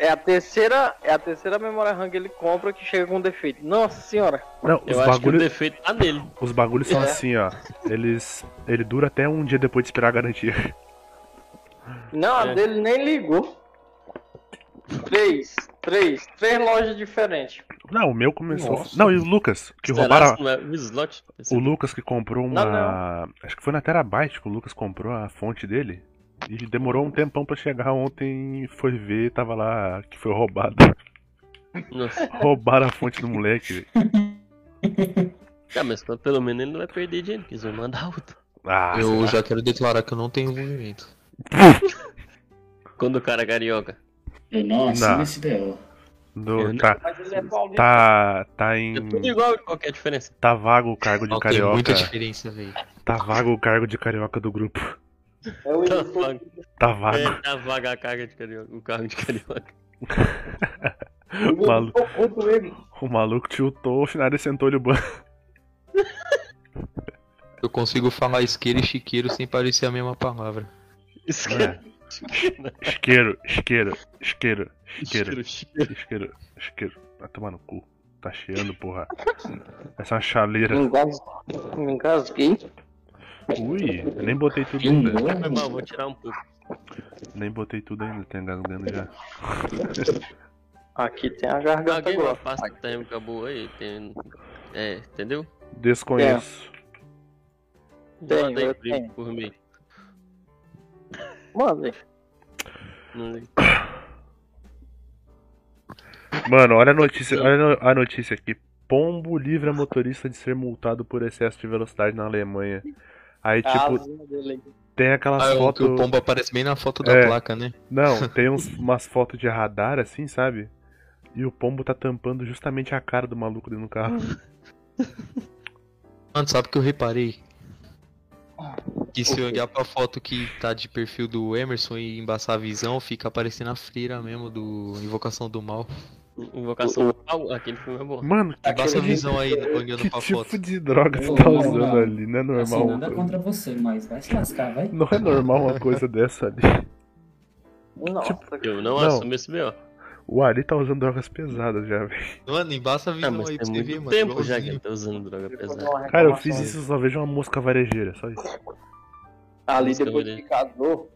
S6: É, é a terceira, é a terceira memória RAM que ele compra que chega com defeito. Nossa senhora.
S1: Não, os
S2: Eu acho que o
S1: bagulhos
S2: defeito tá nele.
S1: os bagulhos são
S6: É.
S1: assim, ó. Eles ele dura até um dia depois de esperar a garantia.
S6: Não, a
S2: É.
S6: dele nem ligou. Três, três, três lojas diferentes.
S1: Não, o meu começou.
S3: Nossa.
S1: Não, e o Lucas, que
S2: Será
S1: roubaram a-
S2: que não é o slot? Esse
S1: O Lucas que comprou uma.
S6: Não,
S1: Acho que foi na Terabyte que o Lucas comprou a fonte dele. E demorou um tempão pra chegar ontem. Foi ver, tava lá que foi roubado.
S2: Nossa,
S1: Roubaram a fonte do moleque. velho.
S2: tá, mas pelo menos ele não vai perder dinheiro, porque eles vão mandar outro.
S1: Ah,
S3: Eu já quero declarar que eu não tenho envolvimento.
S2: Quando o cara é carioca.
S4: Eu não assino
S1: Não.
S4: esse B.O.
S1: do- tá,
S6: Mas ele é paulista.
S1: tá, tá em.
S2: É tudo igual, qual que é a diferença?
S1: Tá vago o cargo de
S3: Não, tem muita
S1: carioca.
S3: diferença, velho.
S1: Tá vago o cargo de carioca do grupo.
S6: É o
S2: Tá
S6: Wilson.
S2: vaga,
S1: Tá vago.
S2: é, tá vaga a carga de carioca, o carro de carioca.
S6: Eu
S1: O, malu-
S6: tô puto com ele.
S1: o maluco tiltou, o Schneider sentou ele o banco.
S3: Eu consigo falar isqueiro e chiqueiro sem parecer a mesma palavra.
S2: Isso que
S1: É. Isqueiro, isqueiro, isqueiro, isqueiro. Isqueiro, isqueiro. Vai tomar no cu. Tá cheirando, porra. Essa é uma chaleira.
S6: Me engas- Me engasguei.
S1: Ui, eu nem botei tudo ainda.
S4: Pingou?
S2: Foi mal, vou tirar um pouco.
S1: Nem botei tudo ainda, tem engasgando já.
S6: Aqui tem a garganta
S2: Alguém
S6: agora. tá
S2: me passa o térmica boa aí, tem... É, entendeu?
S1: Desconheço.
S6: Tem,
S2: Manda
S6: eu
S2: aí, primo,
S6: tenho.
S2: por mim.
S6: Mano,
S2: Tipo, Manda aí.
S4: É.
S1: Mano, olha a notícia, olha no- a notícia aqui. Pombo livra motorista de ser multado por excesso de velocidade na Alemanha. Aí,
S4: Ah,
S6: a
S1: tipo,
S6: asinha Ah, dele aí.
S1: tem aquelas
S3: Ah, o,
S1: fotos.
S3: o pombo aparece bem na foto da
S1: É.
S3: placa, né?
S1: Não, tem uns- umas fotos de radar assim, sabe? E o pombo tá tampando justamente a cara do maluco dentro do carro.
S3: Uhum. Mano, sabe o que eu reparei? Que se eu olhar pra foto que tá de perfil do Emerson e embaçar a visão, fica aparecendo a freira mesmo do Invocação do Mal.
S2: Invocação do mal, aquele filme é bom.
S1: Mano, que,
S3: Embaça a
S6: Aquele-
S3: visão aí, olhando
S1: que
S3: pra
S1: tipo
S3: foto.
S1: de droga tu
S4: Ô,
S1: tá
S4: não,
S1: usando
S4: não.
S1: ali? Não é normal.
S4: Assim, nada contra você, mas vai se lascar, vai.
S1: Não é normal uma coisa dessa né? ali.
S6: Nossa,
S2: Eu não,
S1: Não.
S2: assumo esse Ah, B.O.
S1: O Ari tá usando drogas pesadas já, velho.
S3: Mano, embaça a
S2: Ah,
S3: visão
S2: mas
S3: aí pra
S2: tem
S3: você ver,
S2: muito
S3: mano.
S2: tempo já que
S3: igualzinho.
S2: ele tá usando droga pesada.
S1: Cara, eu fiz isso só vejo uma mosca varejeira, só isso.
S6: Ali
S2: Música
S6: depois
S2: dele.
S6: que casou,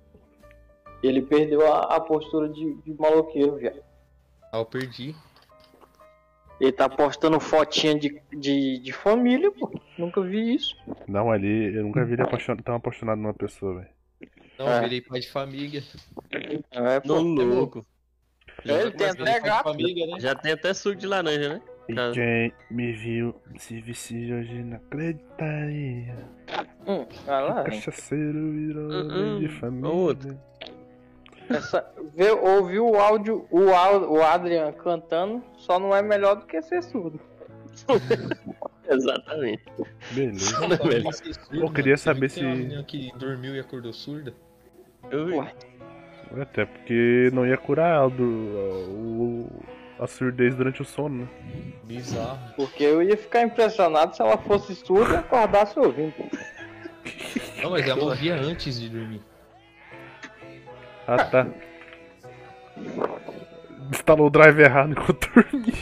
S6: ele perdeu a, a postura de, de maloqueiro, viado.
S3: Ah, eu perdi.
S6: Ele tá postando fotinha de, de, de família, pô. Nunca vi isso.
S1: Não, ali, eu nunca vi ele apaixonado, tão apaixonado numa pessoa, velho.
S3: Não,
S6: É.
S3: virei pai de família.
S6: É,
S2: Não,
S6: pô.
S2: louco.
S6: É, ele
S2: Já,
S6: tem
S3: Mas virei pai de
S6: até gato.
S3: família, né?
S2: já tem até suco de laranja, né?
S1: E
S2: Cara.
S1: quem me viu se vestir hoje na acreditaria.
S6: Hum, vai lá, hein.
S1: Cachaceiro virou
S2: Hum,
S1: homem de
S2: hum.
S1: família.
S2: Outro.
S6: Essa, vê, ouvir o áudio, o, au- o Adrian cantando, só não é melhor do que ser surdo.
S2: Exatamente.
S1: Beleza.
S2: Não, velho.
S1: Eu queria saber
S3: Tem uma
S1: se-
S3: menina que dormiu e acordou surda.
S2: Eu vi.
S6: Ué.
S1: Até porque não ia curar a, do, o- a surdez durante o sono, né?
S3: Bizarro.
S6: Porque eu ia ficar impressionado se ela fosse surda e acordasse ouvindo.
S3: Não, mas ela ouvia antes de dormir.
S1: Ah, tá. Instalou o drive errado enquanto dormi.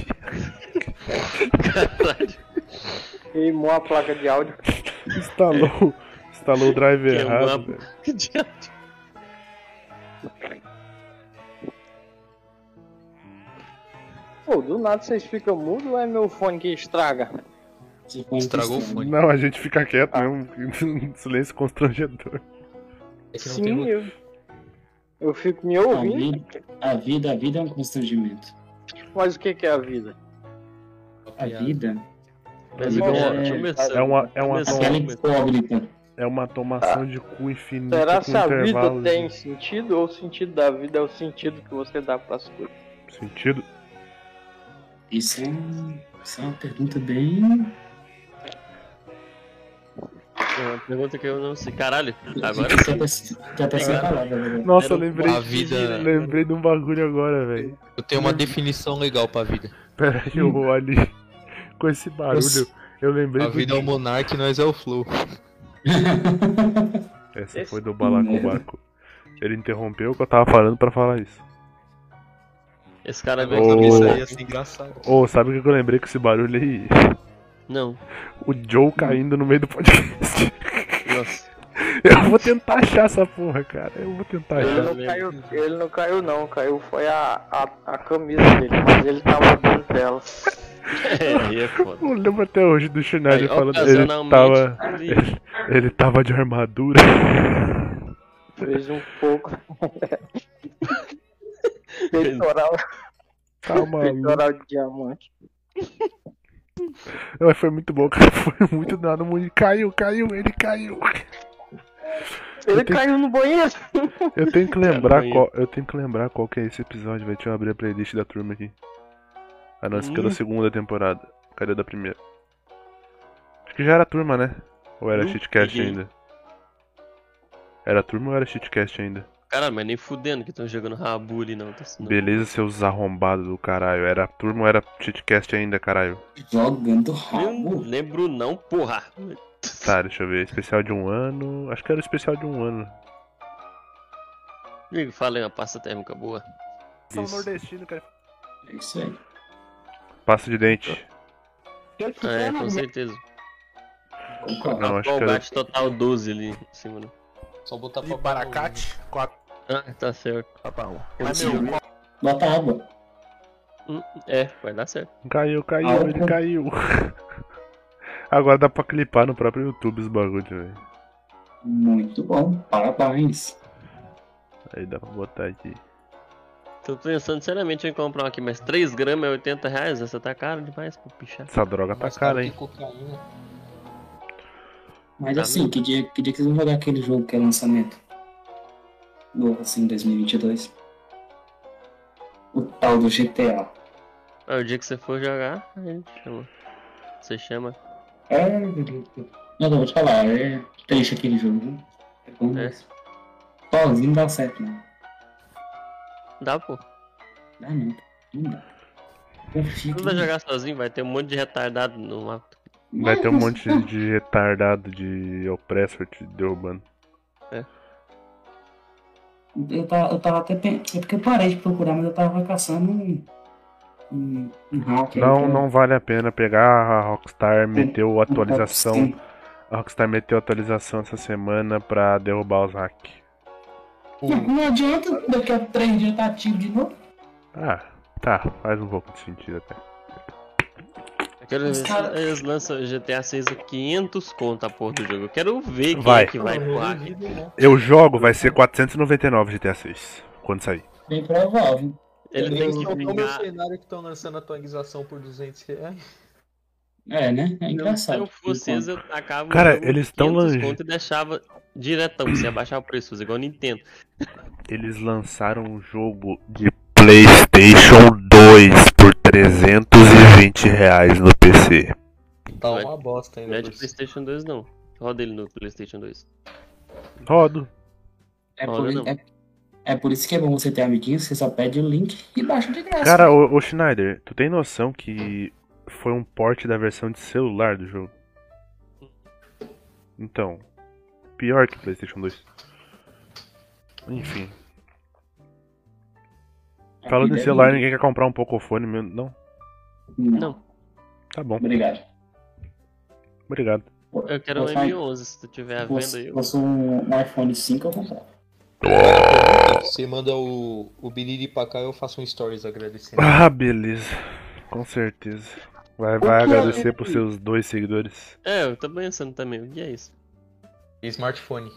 S6: Queimou a placa de áudio.
S1: Instalou, instalou o drive
S2: Que é
S1: errado.
S2: uma-
S1: velho.
S2: Que diabo?
S6: Pô, do nada vocês ficam mudo ou é meu fone que estraga?
S4: Tipo,
S3: Estragou o
S4: estranho.
S3: fone.
S1: Não, a gente fica quieto mesmo. Silêncio constrangedor.
S3: É que não tem
S6: Sim,
S3: outro.
S6: eu, eu fico me
S4: A
S6: ouvindo,
S4: vida, a vida, a vida é um constrangimento.
S6: mas o que, que é a vida?
S4: A vida
S2: Mas
S1: É
S2: igual,
S1: uma-
S2: já começou.
S1: É uma, é uma,
S3: Tá
S2: Começou.
S1: toma-
S4: aquela incógnita.
S1: é uma tomação de cu infinita
S6: Será
S1: com
S6: se a
S1: intervalos
S6: vida tem
S1: de
S6: sentido ou o sentido da vida é o sentido que você dá pras coisas?
S1: sentido.
S4: Isso é, um- isso é uma pergunta bem.
S1: um-
S2: É uma pergunta que eu não sei. Caralho, agora
S4: Tem até, tem até sem palavra, né?
S1: Nossa, eu
S2: Era um
S1: lembrei,
S3: a vida-
S1: lembrei de um bagulho agora, velho.
S3: Eu tenho uma definição legal pra vida.
S1: Pera aí, eu vou ali. Com esse barulho, eu lembrei
S3: A
S1: do
S3: vida é o Monark e nós é o Flow.
S1: Essa
S6: Esse
S1: foi do Balacobaco. Ele interrompeu o que eu tava falando pra falar isso.
S2: esse cara
S3: Vai
S2: veio
S1: Ô.
S2: com a
S3: cabeça
S2: cabeça
S3: aí
S2: aí.
S3: assim, engraçado.
S1: Ô, sabe o que que eu lembrei com esse barulho aí?
S2: Não,
S1: O Joe caindo no meio do podcast.
S2: nossa.
S1: Eu vou tentar achar essa porra, cara. Eu vou
S3: É,
S1: tentar
S6: Ele
S1: achar.
S6: não,
S2: lembro.
S6: caiu, ele não caiu não, caiu foi a, a, a camisa dele, mas ele tava dentro dela.
S2: É, aí é foda.
S1: Eu lembro até hoje do Schneider
S2: Aí,
S1: falando ele tava,
S2: ele-
S1: ele tava de armadura.
S6: Fez um pouco.
S1: um
S6: peitoral,
S1: Tá maluco.
S6: peitoral de diamante.
S1: Não, Mas foi muito bom, cara. Foi muito dado. Muito... Caiu, caiu, ele caiu.
S6: Ele
S1: tenho-
S6: caiu no banheiro.
S1: Eu tenho que lembrar
S2: Cara,
S1: qual, eu tenho que lembrar qual que é esse episódio, velho. Deixa eu abrir a playlist da turma aqui. A nossa que é da
S2: Hum.
S1: segunda temporada. Cadê a da primeira? Acho que já era turma, né? Ou era
S2: Não
S1: shitcast
S2: Hum, peguei.
S1: ainda? Era turma ou era shitcast ainda?
S2: Caralho, mas nem fudendo que estão jogando rabu ali, não. Tá assim, não.
S1: Beleza, seus arrombados do caralho. Era turma ou era shitcast ainda, caralho?
S4: né? Jogando
S2: Eu não
S4: rabo.
S2: lembro não, porra.
S1: Tá, deixa eu ver. Especial de um ano. Acho que era o especial de um ano.
S2: Amigo, fala aí uma pasta térmica boa.
S1: São nordestino, cara.
S4: É isso aí.
S1: Pasta de dente.
S2: É, com certeza.
S4: Concordo.
S1: Não, acho que
S2: Qual
S1: era.
S2: bate total 12 ali em cima, né?
S3: Só botar pra
S7: E baracate, 4
S2: Ah, tá certo.
S7: pra 1.
S4: Mas,
S7: Mas
S4: meu,
S7: meu,
S4: Bota água.
S2: É, vai dar certo.
S1: Caiu, caiu,
S4: Ah,
S1: ele
S4: eu-
S1: caiu. Agora dá pra clipar no próprio YouTube os bagulho, velho.
S4: Muito bom. Parabéns.
S1: Aí dá pra botar aqui.
S2: Tô pensando seriamente em comprar um aqui, mas 3 gramas é 80 reais? Essa tá cara demais pra pichar.
S1: Essa droga tá cara, hein?
S3: cocaína.
S4: Mas
S2: Tá
S4: assim, que dia, que dia que vocês vão jogar aquele jogo que é lançamento? Novo, assim, 2022. O tal do GTA.
S2: Ah, o dia que você for jogar, a gente chama. Você chama.
S4: É, não, não, vou te falar, é triste aquele jogo. É bom,
S2: É.
S4: Sozinho não dá certo, não.
S2: Dá, pô.
S4: Dá não, não dá. Confia
S2: Não
S4: que-
S2: vai jogar sozinho, vai ter um monte de retardado no mapa.
S1: Vai ter um
S4: Mas-
S1: monte de retardado de opressor te derrubando.
S4: Eu tava, eu tava até. pen- É porque eu parei de procurar, mas eu tava caçando um. Um, um hack.
S1: Não, não vale a pena pegar. A Rockstar meteu atualização.
S4: Sim.
S1: A Rockstar meteu atualização essa semana pra derrubar os hacks.
S4: Não, não adianta, daqui a três dias tá ativo de novo.
S1: Ah, tá, faz um pouco de sentido até.
S2: Eu quero ver
S4: Os
S2: se
S4: cara-
S2: eles lançam GTA 6 a 500 conto a porra do jogo. Eu quero ver quem
S1: Vai.
S2: é que vai pro hack.
S1: Eu jogo, vai ser 499 GTA 6 quando sair.
S4: Bem provável.
S2: Ele tem que
S3: é o meu
S2: vingar.
S3: cenário que estão lançando atualização por 200 reais.
S4: É, né? É
S2: Não, Se
S4: engraçado.
S2: eu fosse eles, eu tacava. o
S1: Cara,
S2: jogo
S1: eles tão
S2: 500
S1: longe.
S2: conto E deixava diretão, se abaixar o preço, fazer igual a Nintendo.
S1: Eles lançaram um jogo de PlayStation 2 por 320 reais no PC.
S3: Tá
S2: Vai.
S3: uma bosta
S2: Não é de
S3: ainda. por cima.
S2: PlayStation 2, não. Roda ele no PlayStation 2.
S1: Rodo.
S4: É
S2: Olha,
S4: por,
S2: não.
S4: é, é por isso que é bom você ter amiguinhos, você só pede o link e baixa de graça.
S1: Cara, ô, ô Schneider, tu tem noção que foi um porte da versão de celular do jogo? Então, pior que o PlayStation 2. Enfim,
S4: Aqui
S1: falando em
S4: deve-
S1: celular, ninguém quer comprar um Pocofone mesmo, não?
S4: Não,
S2: Não.
S1: Tá bom,
S4: obrigado.
S1: obrigado.
S2: Eu quero um
S4: Você-
S2: M11, se tu tiver à venda aí.
S4: Se
S2: eu-
S4: fosse um, um iPhone 5, eu comprava.
S3: Você manda o, o Billy pra cá eu faço um stories agradecendo.
S1: Ah, beleza. Com certeza. Vai, vai
S4: que é
S1: agradecer pros seus dois seguidores.
S2: É, eu tô pensando também. O que é isso?
S3: É Smartphone.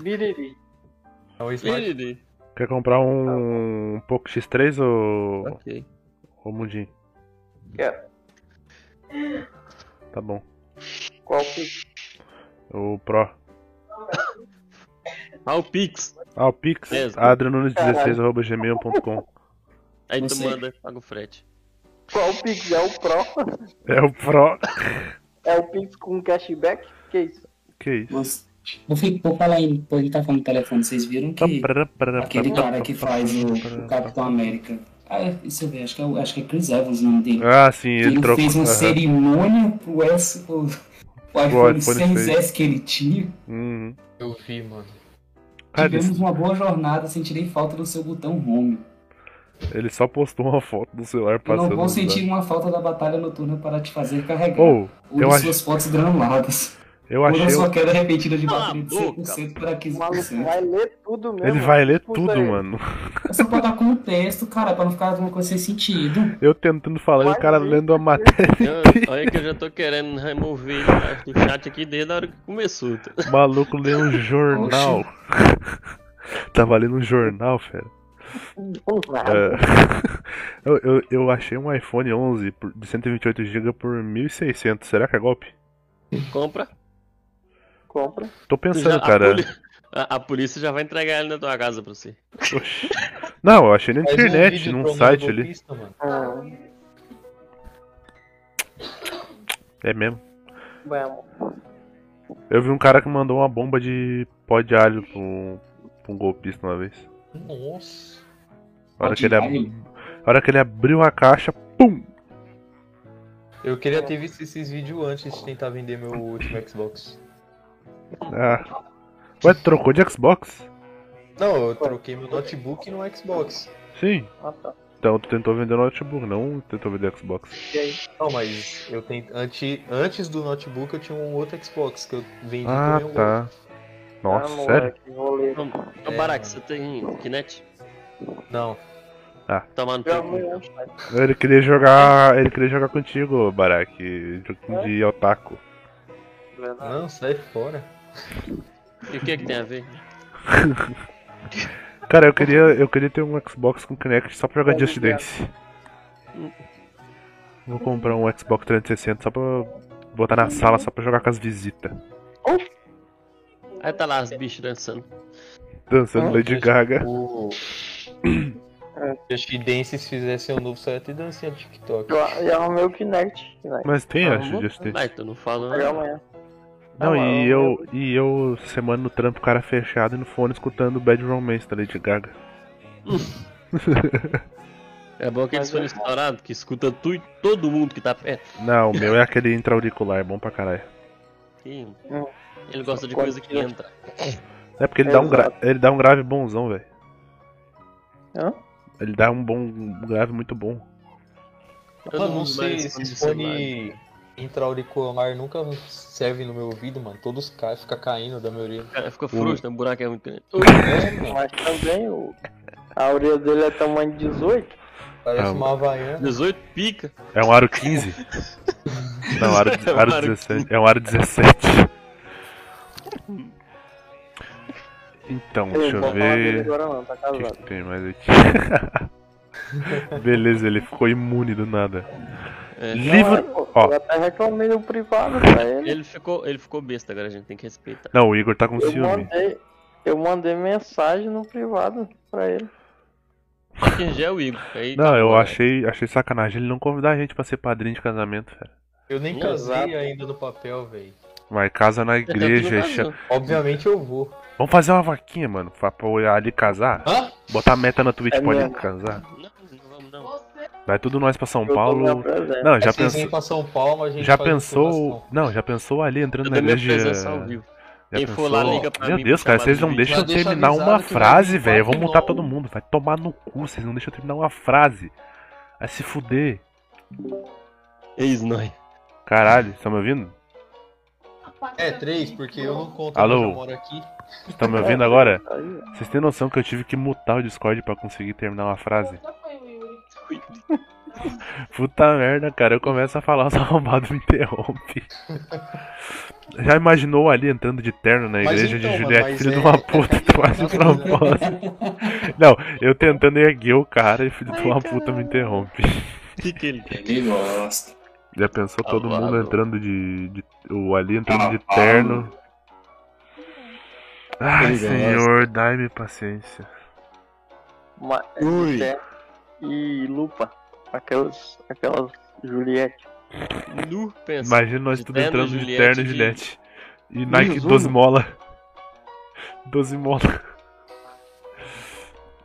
S6: Biriri.
S3: É um smartphone.
S2: Ih,
S1: Quer comprar
S4: Tá
S1: um Poco X3 ou.
S2: Ok.
S1: ou Mundinho?
S6: Quero.
S1: Tá bom.
S6: Qual que.
S1: O Pro.
S2: Ah, o Pix.
S1: Ah, o Pix,
S2: Mesmo.
S1: adrenunes16.gmail.com.
S2: Aí tu
S4: Você-
S2: manda, paga o frete.
S6: Qual o Pix? É o Pro?
S1: É o Pro.
S6: É o Pix com cashback? Que isso?
S1: Que isso?
S4: Mas, vou, fi- vou falar aí, depois que tá falando do telefone, vocês viram
S1: Tá
S4: que aquele cara que faz o, o Capitão América. Ah, é, isso eu vejo, acho que é, o- acho que é Chris Evans o nome dele.
S1: Ah, sim,
S4: Ele
S1: ele trocou.
S4: fez um uma
S1: aham.
S4: cerimônia pro S, pro, pro iPhone
S1: iPhone
S4: 6S que ele tinha.
S1: Uhum. Ah,
S3: Eu vi, mano.
S1: Cara,
S4: Tivemos
S1: ele,
S4: uma boa jornada, sentirei falta do seu botão home.
S1: ele só postou uma foto do celular
S4: Eu
S1: passando.
S4: não vou
S1: no
S4: sentir
S1: lugar.
S4: uma falta da batalha noturna para te fazer carregar.
S1: Ou,
S4: ou
S1: eu
S4: de
S1: acho-
S4: suas fotos granuladas.
S1: eu
S4: Ou da
S1: achei.
S4: sua queda repetida de
S2: Cala a
S4: bateria de
S2: boca.
S4: 100% para
S6: O maluco
S4: 15%.
S6: vai ler tudo mesmo.
S1: Ele vai ler
S6: Puta
S1: tudo,
S6: aí.
S1: mano.
S4: É só pra dar contexto, cara, pra não ficar alguma coisa sem sentido.
S1: Eu tentando falar e o
S6: Vai
S1: cara
S6: ler.
S1: lendo a matéria.
S2: Eu- olha que eu já tô querendo remover ele da- do chat aqui desde a hora que começou. tá?
S1: O maluco lê um jornal. Tava lendo um jornal, fera. É. Eu, eu, eu achei um iPhone 11 por- de 128GB por 1.600. Será que é golpe?
S2: Compra.
S6: Compra.
S1: Tô
S2: tu
S1: pensando,
S2: já-
S1: cara.
S2: A, poli- a- a polícia já vai entregar ele na tua casa pra você.
S1: Oxi. Não, eu achei na
S3: Faz um
S1: internet,
S3: vídeo
S1: num
S3: trolando
S1: site
S3: o
S1: ali.
S3: golpista, mano.
S6: Ah,
S1: É mesmo.
S6: vamos.
S1: Eu vi um cara que mandou uma bomba de pó de alho pra um, pra um golpista uma vez.
S3: Nossa.
S1: A hora,
S4: Pó de
S1: que ele ab-
S4: alho?
S1: a hora que ele abriu a caixa, é. pum!
S3: Eu
S2: É.
S3: queria ter visto esses vídeos antes de tentar vender meu último Xbox.
S1: Ah. Ué, trocou de Xbox?
S3: Não, eu troquei meu notebook no Xbox.
S1: Sim.
S6: Ah, tá.
S1: Então tu tentou vender notebook, não tentou vender Xbox.
S6: E aí?
S3: Não, mas eu tentei. Antes, antes do notebook eu tinha um outro Xbox que eu vendi
S1: Ah,
S3: também um outro.
S1: tá. Nossa,
S6: Ah,
S1: sério?
S6: moleque, rolê.
S2: Ô, Ô,
S3: É,
S2: Barack, você
S3: mano.
S2: tem Kinect?
S3: Não.
S2: Tomar no
S6: Já
S2: teu
S6: amanhã.
S2: cu.
S1: Ele queria jogar. Ele queria jogar contigo, Barak. Joguinho de otaku.
S6: Verdade.
S3: Não, sai fora.
S2: E o que é que tem a ver?
S1: Cara, eu queria, eu queria ter um Xbox com Kinect só pra jogar Just Dance. Vou comprar um Xbox 360 só pra botar na sala, só pra jogar com as visitas.
S2: Aí tá lá as bichas dançando.
S1: Dançando Lady Gaga.
S3: O... Acho que Dances fizesse um novo, saiu até dancinha do TikTok.
S6: Eu, eu arrumei o Kinect. Kinect.
S1: Mas tem,
S2: Ah,
S1: acho,
S2: vou-
S1: just tem.
S2: Ai, tu não falou. né?
S6: Pegar amanhã.
S1: Não,
S6: Ah,
S1: e
S6: mas eu-
S1: eu, e eu, semana no trampo, cara fechado e no fone escutando Bad Romance da Lady Gaga.
S2: É bom que eles
S6: Mas
S2: foram
S6: é-
S2: estourados, que escuta tu e todo mundo que tá perto.
S1: Não, o meu é aquele intra-auricular, é bom pra caralho.
S2: Ih,
S6: Não.
S2: Ele gosta de
S6: Quando
S2: coisa que
S6: tira-
S2: entra.
S1: É porque ele, dá um, gra-
S6: Exato.
S1: ele dá um grave bonzão, velho.
S6: Hã?
S1: Ele dá um bom um grave muito bom.
S2: Eu
S3: Mano, não
S2: uso
S3: sei,
S2: mais
S3: esse
S2: fone de
S3: fone intra-auricular nunca serve no meu ouvido, mano. Todos caem, fica caindo da maioria.
S2: Cara, fica frouxo, né? o buraco é muito grande.
S3: É, mano,
S6: Mas também o... a orelha dele é tamanho 18.
S3: parece
S1: Ah,
S3: uma havaiana.
S2: 18 pica.
S1: É um aro 15? Não, aro,
S2: É um
S1: aro
S2: aro
S1: 17. É um aro 17. Então,
S6: Ei,
S1: deixa
S6: não
S1: eu
S6: vou falar dele
S1: ver.
S6: agora não, tá
S1: O que,
S6: casado.
S1: que tem mais aqui? Beleza, ele ficou imune do nada.
S2: É.
S1: Livro.
S6: Não, eu-
S1: ó.
S6: Eu até reclamei no privado pra ele.
S2: Ele ficou, ele ficou besta, agora a gente tem que respeitar.
S1: Não, o Igor tá com
S6: Eu
S1: ciúme.
S6: mandei, eu mandei mensagem no privado pra ele.
S2: Quem já é o Igor. Aí,
S1: Não,
S2: tá
S1: eu
S2: bom,
S1: achei, achei sacanagem ele não convidar a gente pra ser padrinho de casamento, velho.
S3: Eu nem
S2: Exato.
S3: casei ainda no papel, velho.
S1: Vai, casa na
S2: né? Eu
S1: igreja. é e
S2: tenho
S1: cha-
S2: razão.
S3: Obviamente eu vou.
S1: Vamos fazer uma vaquinha, mano, pra apoiar ali casar.
S3: Hã?
S1: Botar meta na Twitch
S6: É
S1: pode
S6: mesmo.
S1: casar.
S2: Não, não vamos não.
S1: Vai tudo nós pra São
S6: Eu tô me
S1: Paulo.
S6: apresentando.
S1: Não, já
S3: Aí vocês vêm
S1: pensou.
S3: pra São Paulo, É assim, a gente
S1: Já
S3: faz
S1: pensou.
S3: informação.
S1: Não, já pensou ali entrando
S2: Eu
S1: na
S2: dei minha
S1: igreja.
S2: presença ao vivo.
S1: Já
S2: Quem for lá, liga pra
S1: Meu
S2: mim,
S1: Deus,
S2: me
S1: cara,
S2: chama
S1: vocês
S2: no
S1: não
S2: vídeo.
S1: deixam eu
S3: Já deixa
S1: terminar uma
S3: avisado que vai
S1: frase,
S3: vir
S1: velho. Eu vou
S3: quatro
S1: multar
S3: novos.
S1: todo mundo. Vai tomar no cu, vocês não deixam eu terminar uma frase. Vai se fuder.
S2: Eis nós.
S1: Caralho, estão me ouvindo?
S3: É, três, porque eu não conto
S1: Alô?
S3: onde eu moro aqui.
S1: Estão me ouvindo agora?
S6: É, Aí, ó.
S1: Vocês têm noção que eu tive que mutar o Discord pra conseguir terminar uma frase? Puta merda, cara, eu começo a falar, os arrombados me interrompem. Já imaginou ali entrando de terno na
S3: Mas
S1: igreja
S3: então,
S1: de
S3: mano,
S1: Juliette,
S3: mas
S1: filho de
S3: é-
S1: uma puta, tu faz de propósito. Não, eu tentando erguer o cara e filho de uma puta me interrompe.
S2: O que que ele quer?
S7: Ele gosta.
S1: Já pensou todo
S2: Calado.
S1: mundo entrando de, de- O Ali entrando de
S7: Calado.
S1: terno. Ai,
S2: Ele
S1: senhor, dai-me paciência.
S6: Ma-
S2: Ui.
S6: Zé E Lupa. Aquelas. Aquelas Juliette.
S2: Nu pensa.
S1: Imagina nós
S2: de
S1: tudo
S2: terno,
S1: entrando de
S2: Juliette,
S1: terno e
S2: de-
S1: Juliette. E Nike
S6: Mizuno.
S1: 12 mola. 12 mola.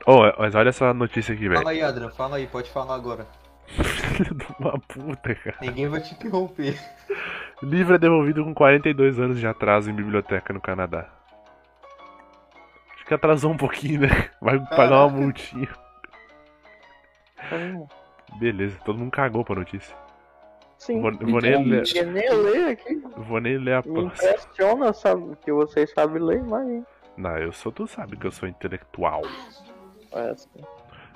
S1: Oh, mas olha essa notícia aqui, velho.
S3: Fala aí, Adriano, fala aí, pode falar agora.
S1: Filho de uma puta, cara.
S3: Ninguém vai te interromper.
S1: Livro é devolvido com 42 anos de atraso em biblioteca no Canadá. Acho que atrasou um pouquinho, né? Vai pagar uma multinha.
S6: Hum,
S1: Beleza, todo mundo cagou pra notícia.
S6: Sim.
S1: Vou, vou nem ler,
S7: literalmente.
S6: Eu nem ler aqui.
S1: vou nem ler a
S6: Me
S1: próxima.
S6: impressiona sabe, que vocês sabem ler, imagina.
S1: Não, eu sou, tu sabe que eu sou intelectual.
S6: Parece.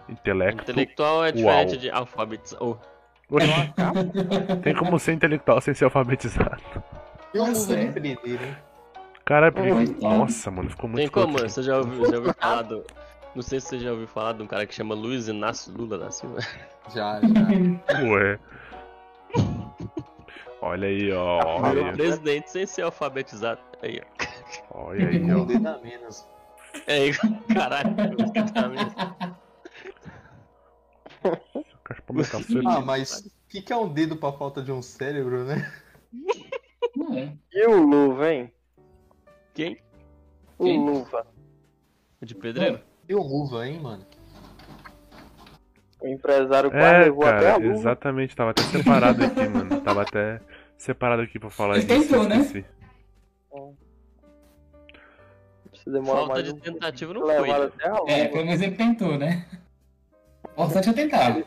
S1: Intelecto.
S2: Intelectual é diferente de alfabetiz. Oh,
S1: Oxi. Tem como ser intelectual sem ser alfabetizado.
S3: Eu não vou
S4: Nossa, é.
S3: empreender, hein?
S1: Caralho, por que.
S7: Coitado.
S1: Nossa, mano, ficou muito
S2: tem como,
S6: assim?
S1: escroto.
S2: você já ouviu, já ouviu falar do. Não sei se você já ouviu falar de um cara que chama Luiz Inácio Lula da Silva.
S3: Já, já.
S1: Ué. é. Olha aí, ó. Olha aí,
S2: Presidente sem ser alfabetizado. Aí, ó.
S1: olha aí,
S3: Um
S1: ó.
S3: dedo a menos.
S2: É aí, caralho. eu esqueci da minha-
S1: Acho que pra aumentar o
S3: Ah,
S1: celular.
S3: mas o que, que é um dedo pra falta de um cérebro, né?
S4: Não é.
S6: E o Luva, hein?
S2: Quem?
S6: O
S2: Quem?
S6: Luva.
S2: O de pedreiro?
S3: E o luva, hein, mano?
S6: O empresário quase
S1: É,
S6: levou até a
S1: cara,
S6: luva.
S1: exatamente. Tava até separado aqui, mano. Tava até separado aqui pra falar
S4: Ele
S1: disso.
S4: tentou,
S1: eu
S4: né?
S1: esqueci.
S6: Se demora
S2: Falta
S6: mais
S2: de
S6: um
S2: tentativa não foi.
S6: levaram
S2: né?
S6: até a luva.
S4: É, pelo menos ele tentou, né? O importante é tentar.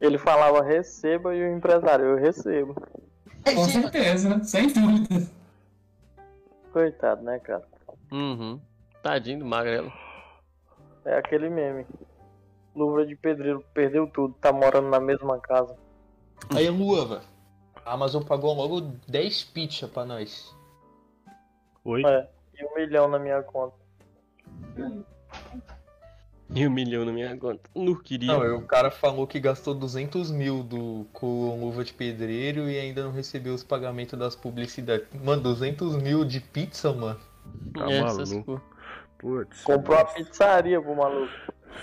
S6: Ele falava receba e o empresário, eu recebo.
S4: Com certeza, sem dúvida.
S6: Coitado, né, cara?
S2: Uhum. Tadinho do magrelo.
S6: É aquele meme. Luva de pedreiro, perdeu tudo, tá morando na mesma casa.
S3: Aí, luva. A Amazon pagou logo 10 pizza pra nós.
S1: Oi?
S6: É, e um milhão na minha conta.
S2: E um milhão na minha conta. Não queria.
S3: Não, e o cara falou que gastou 200 mil do, com luva de pedreiro e ainda não recebeu os pagamentos das publicidades. Mano, 200 mil de pizza, mano.
S1: Tá
S2: É, essas
S1: maluco.
S2: cu-
S1: Putz.
S6: Comprou uma pizzaria pro maluco.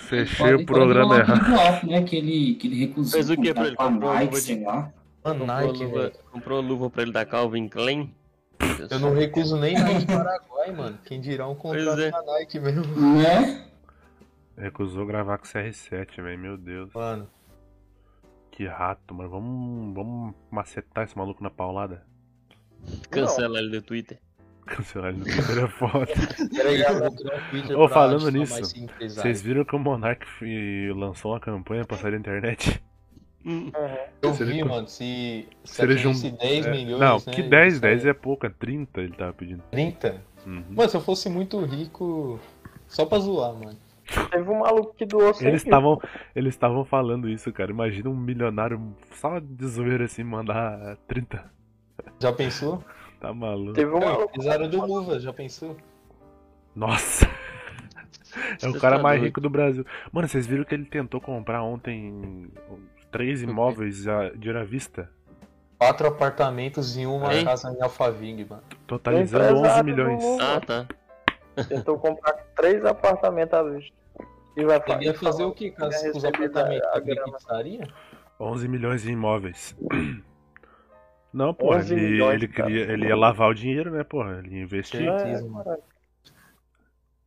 S1: Fechei o programa errado.
S4: errado. Né, que, ele, que ele recusou.
S2: Fez o quê pra ele?
S4: contratar
S2: Comprou
S4: a
S2: um
S4: Nike,
S2: Uber de-
S4: sei lá.
S3: Mano,
S2: Comprou,
S3: Nike,
S2: luva,
S3: velho.
S2: comprou luva pra ele da Calvin Klein.
S3: Eu não recuso nem Nike Paraguai, mano. Quem dirá um contrato
S2: Pois é.
S3: da Nike mesmo.
S4: Né?
S1: Recusou gravar com o CR7, velho. Meu Deus.
S3: Mano,
S1: Que rato, mano. Vamos, vamos macetar esse maluco na paulada.
S2: Cancela ele do Twitter.
S1: Cancelar ele no Twitter é foda.
S3: peraí, eu vou criar um Twitter
S1: Ô,
S3: pra
S1: falando
S3: chamar
S1: nisso,
S3: esse empresário.
S1: Vocês viram que o Monark fi- lançou uma campanha pra sair da internet?
S2: Hum,
S3: Eu
S1: se ele
S3: vi,
S1: com-
S3: mano, se, se
S1: se ele
S3: atingisse 10
S1: É,
S3: milhões,
S1: Não,
S3: né,
S1: que 10,
S3: isso
S1: 10
S3: é
S1: é pouco, é 30 ele tava pedindo.
S3: 30?
S1: Uhum.
S3: Mano, se eu fosse muito rico, só pra zoar, mano.
S6: Teve um maluco que doou 100
S1: Eles
S6: mil.
S1: estavam eles estavam falando isso, cara. Imagina um milionário só de zoeira assim mandar 30.
S3: Já pensou?
S1: Tá maluco.
S6: Teve um
S3: Não,
S6: maluco.
S3: empresário do Luva, já pensou?
S1: Nossa. É o
S2: Você
S1: cara
S2: tá
S1: mais
S2: doido.
S1: rico do Brasil. Mano, vocês viram que ele tentou comprar ontem três imóveis a- de à vista?
S3: Quatro apartamentos e uma
S2: Hein?
S3: casa em Alphaville, mano.
S1: Totalizando 11
S6: Empresário
S1: milhões.
S6: do-
S2: Ah, tá.
S6: Tentou comprar três apartamentos à vista. E vai
S3: Ele ia
S6: fazer.
S3: fazer o quê com as-
S6: Ia
S3: com os
S6: receber
S3: apartamentos?
S6: a- a
S3: Abrir
S6: grana.
S3: pizzaria?
S1: 11 milhões em imóveis. Não, pô,
S6: 11
S1: ele,
S6: milhões,
S1: ele,
S6: cara.
S1: queria, ele ia lavar o dinheiro, né, porra? Ele ia
S6: É,
S1: investir.
S3: Certeza, mano.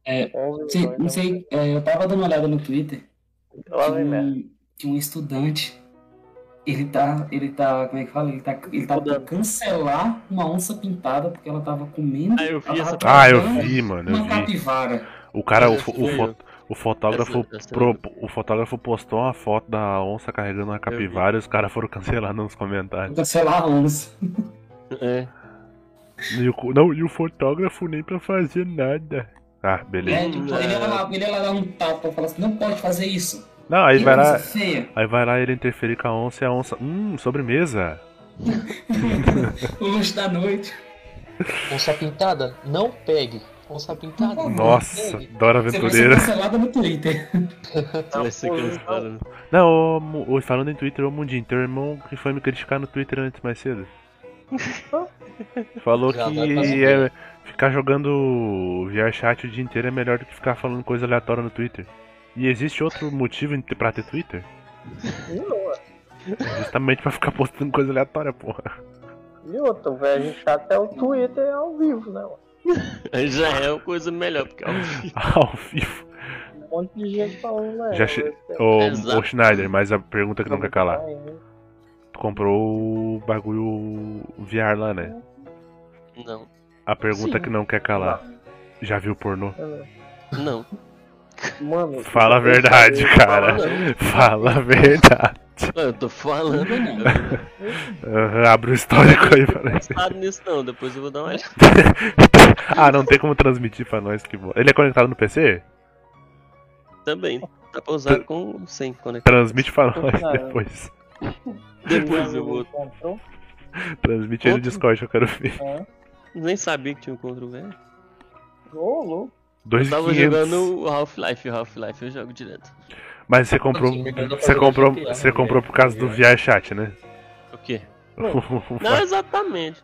S3: É,
S4: Não sei, não sei, é, eu tava dando uma olhada no Twitter.
S6: né? Lá vem merda.
S4: um, que um estudante ele tá, ele tá, como é que fala? Ele tá, ele tá pra
S6: Estudando.
S4: cancelar uma onça pintada porque ela tava comendo.
S2: Ah, eu vi
S4: ela
S2: essa
S4: tava
S1: Ah, eu
S4: pegando
S1: vi, mano, eu
S4: Uma
S1: vi.
S4: capivara.
S1: O cara, o,
S2: Essa
S1: fo- o
S2: foi
S1: fo- o fotógrafo,
S2: Essa- essa
S1: pro- o fotógrafo postou uma foto da onça carregando uma
S2: vi.
S1: capivara e os caras foram cancelar nos comentários.
S4: Cancelar a onça.
S2: É.
S1: E o, co- não, e o fotógrafo nem pra fazer nada. Ah, beleza.
S4: É,
S2: né?
S4: tipo, ele ia lá, ele ia lá dar um tapa e falar assim, não pode fazer isso.
S1: Não, aí
S4: Que
S1: vai
S4: onça
S1: lá,
S4: feia.
S1: aí vai lá ele interferir com a onça e a onça. Hum, sobremesa.
S4: O luxo da noite.
S3: Onça pintada? Não pegue. Onça pintada?
S1: Nossa,
S3: Não pegue.
S1: Dora
S4: Você vai ser
S1: Aventureira.
S4: cancelada no Twitter.
S3: Tá
S2: Você vai ser cancelado. né?
S1: Não, ô, Mu- ô, falando em Twitter, ô Mundinho, teu irmão que foi me criticar no Twitter antes mais cedo. Falou
S3: Já vai
S1: que
S3: fazer
S1: é, ficar jogando VRChat o dia inteiro é melhor do que ficar falando coisa aleatória no Twitter. E existe outro motivo em- pra ter Twitter?
S6: Não, é.
S1: Justamente pra ficar postando coisa aleatória, porra.
S6: E outra, velho, a gente tá até o Twitter ao vivo, né? mano?
S2: Aí Já é uma coisa melhor, porque é um filho.
S1: Ao vivo.
S6: Um monte de gente falando, né?
S1: Já che- Ô,
S2: Exato.
S1: ô Schneider, mas a pergunta que não quer calar. Tu comprou o bagulho VR lá, né?
S2: Não,
S1: A pergunta
S2: Sim.
S1: que não quer calar. Já viu pornô?
S2: não.
S6: Mano,
S1: Fala a verdade, cara. Fala a verdade.
S2: Eu tô falando.
S4: Não.
S2: Eu
S1: Aham, abre o histórico aí pra nós.
S2: não tô nisso, não. Depois eu vou dar uma olhada.
S1: Ah, não tem como transmitir pra nós que bom. Ele é conectado no PC?
S2: Também. Dá pra usar com sem conectar.
S1: Transmite pra nós
S6: Cara.
S1: depois.
S2: Depois eu vou.
S6: Comprou? um
S1: Transmite aí no
S2: Outro?
S1: Discord, eu quero ver.
S2: Nem sabia que tinha um contra o velho.
S6: Ô, louco.
S2: Eu tava
S1: 2,500.
S2: jogando o Half-Life, o Half-Life eu jogo direto.
S1: Mas você comprou.
S3: Nossa, eu tô
S1: Você
S3: jogando
S1: comprou,
S3: GTA,
S1: você
S3: né,
S1: comprou por causa do VR chat, né?
S2: O quê? Não exatamente.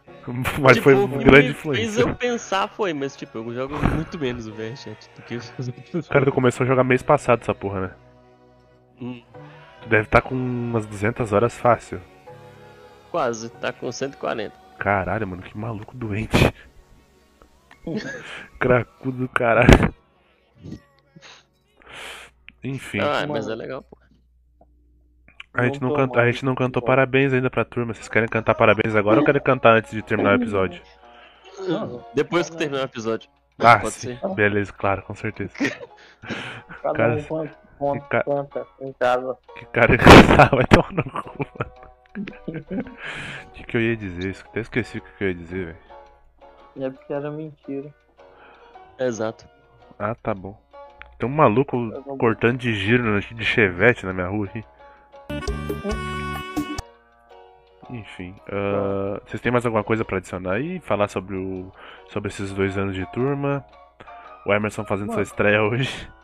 S1: Mas
S2: Tipo,
S1: foi
S2: o que
S1: grande
S2: me Fez
S1: influência.
S2: eu pensar foi, mas tipo, eu jogo muito menos o VRChat do que os outros.
S1: Cara, tu começou a jogar mês passado essa porra, né?
S2: Hum,
S1: Tu deve estar com umas 200 horas fácil.
S2: Quase, tá com 140.
S1: Caralho, mano, que maluco doente. Cracudo do caralho. Enfim,
S2: ah, mas
S6: mano.
S2: é legal, pô.
S1: a gente, não
S6: voltou,
S1: canta, a
S6: mano.
S2: um
S1: gente não cantou parabéns ainda pra turma. Vocês querem cantar parabéns agora ou querem cantar antes de terminar o episódio?
S2: Depois que terminar o episódio.
S1: Ah,
S2: Pode
S1: sim.
S2: ser.
S1: Beleza, claro, com certeza.
S6: Cada
S1: Cara,
S6: um planta, planta,
S1: ca-
S6: planta em casa.
S1: Que cara engraçado, vai tomar no cu, mano. O que, que eu ia dizer? Até esqueci o que, que eu ia dizer, velho.
S6: É porque era mentira.
S2: Exato.
S1: Ah, tá bom. Tem um maluco cortando de giro no- de chevette na minha rua aqui. Enfim, ah, vocês têm mais alguma coisa pra adicionar aí? Falar sobre o sobre esses dois anos de turma? O Emerson fazendo sua estreia hoje.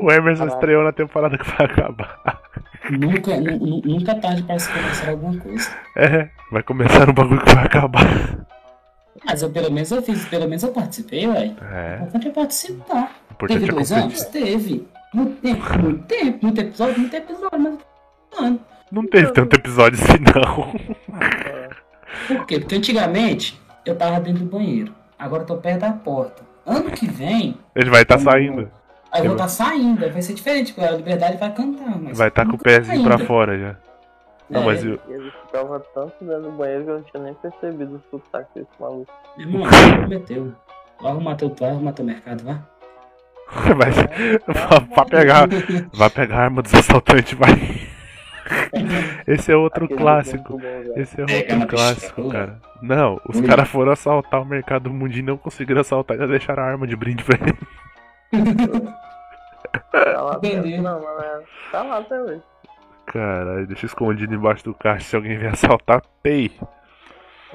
S1: O Emerson
S6: Caralho.
S1: estreou na temporada que vai acabar.
S4: Nunca, nu- nu- nunca é tarde para se começar alguma coisa.
S1: É, vai começar um bagulho que vai acabar.
S4: Mas eu pelo menos eu fiz, pelo menos eu participei, ué. O
S1: É,
S4: importante é participar.
S1: o importante
S4: Teve
S1: é
S4: dois
S1: competir.
S4: anos? Teve. Muito tempo, muito tempo, muito episódio, muito episódio, mas um mano.
S1: Não teve tanto episódio assim, não.
S4: Por quê? Porque antigamente eu tava dentro do banheiro. Agora eu tô perto da porta. Ano que vem,
S1: Ele vai estar saindo.
S4: aí eu
S1: Eu-
S4: vou estar saindo, aí vai ser diferente, porque a liberdade vai cantar, mas. tá
S1: Vai estar com o pezinho pra fora já. Não,
S4: É.
S1: mas eu,
S6: E ele ficava tanto dentro do banheiro que eu não tinha nem percebido o sotaque desse maluco.
S4: Irmão, ele prometeu. Vai arrumar teu, vai arrumar teu mercado, vai.
S1: vai, vai pegar, vai pegar a arma dos assaltantes, vai. Esse é outro
S6: Aquele
S1: clássico.
S6: muito bom, velho.
S1: Esse é
S4: É,
S1: outro
S4: é uma
S1: clássico,
S4: pistola.
S1: cara. Não, os
S4: Hum.
S1: caras foram assaltar o mercado mundi e não conseguiram assaltar, já deixaram a arma de brinde pra ele.
S6: Tá lá até
S4: Entendi.
S6: hoje. Não, mas é- tá lá até hoje.
S1: Caralho, deixa escondido embaixo do caixa se alguém vier assaltar, pei.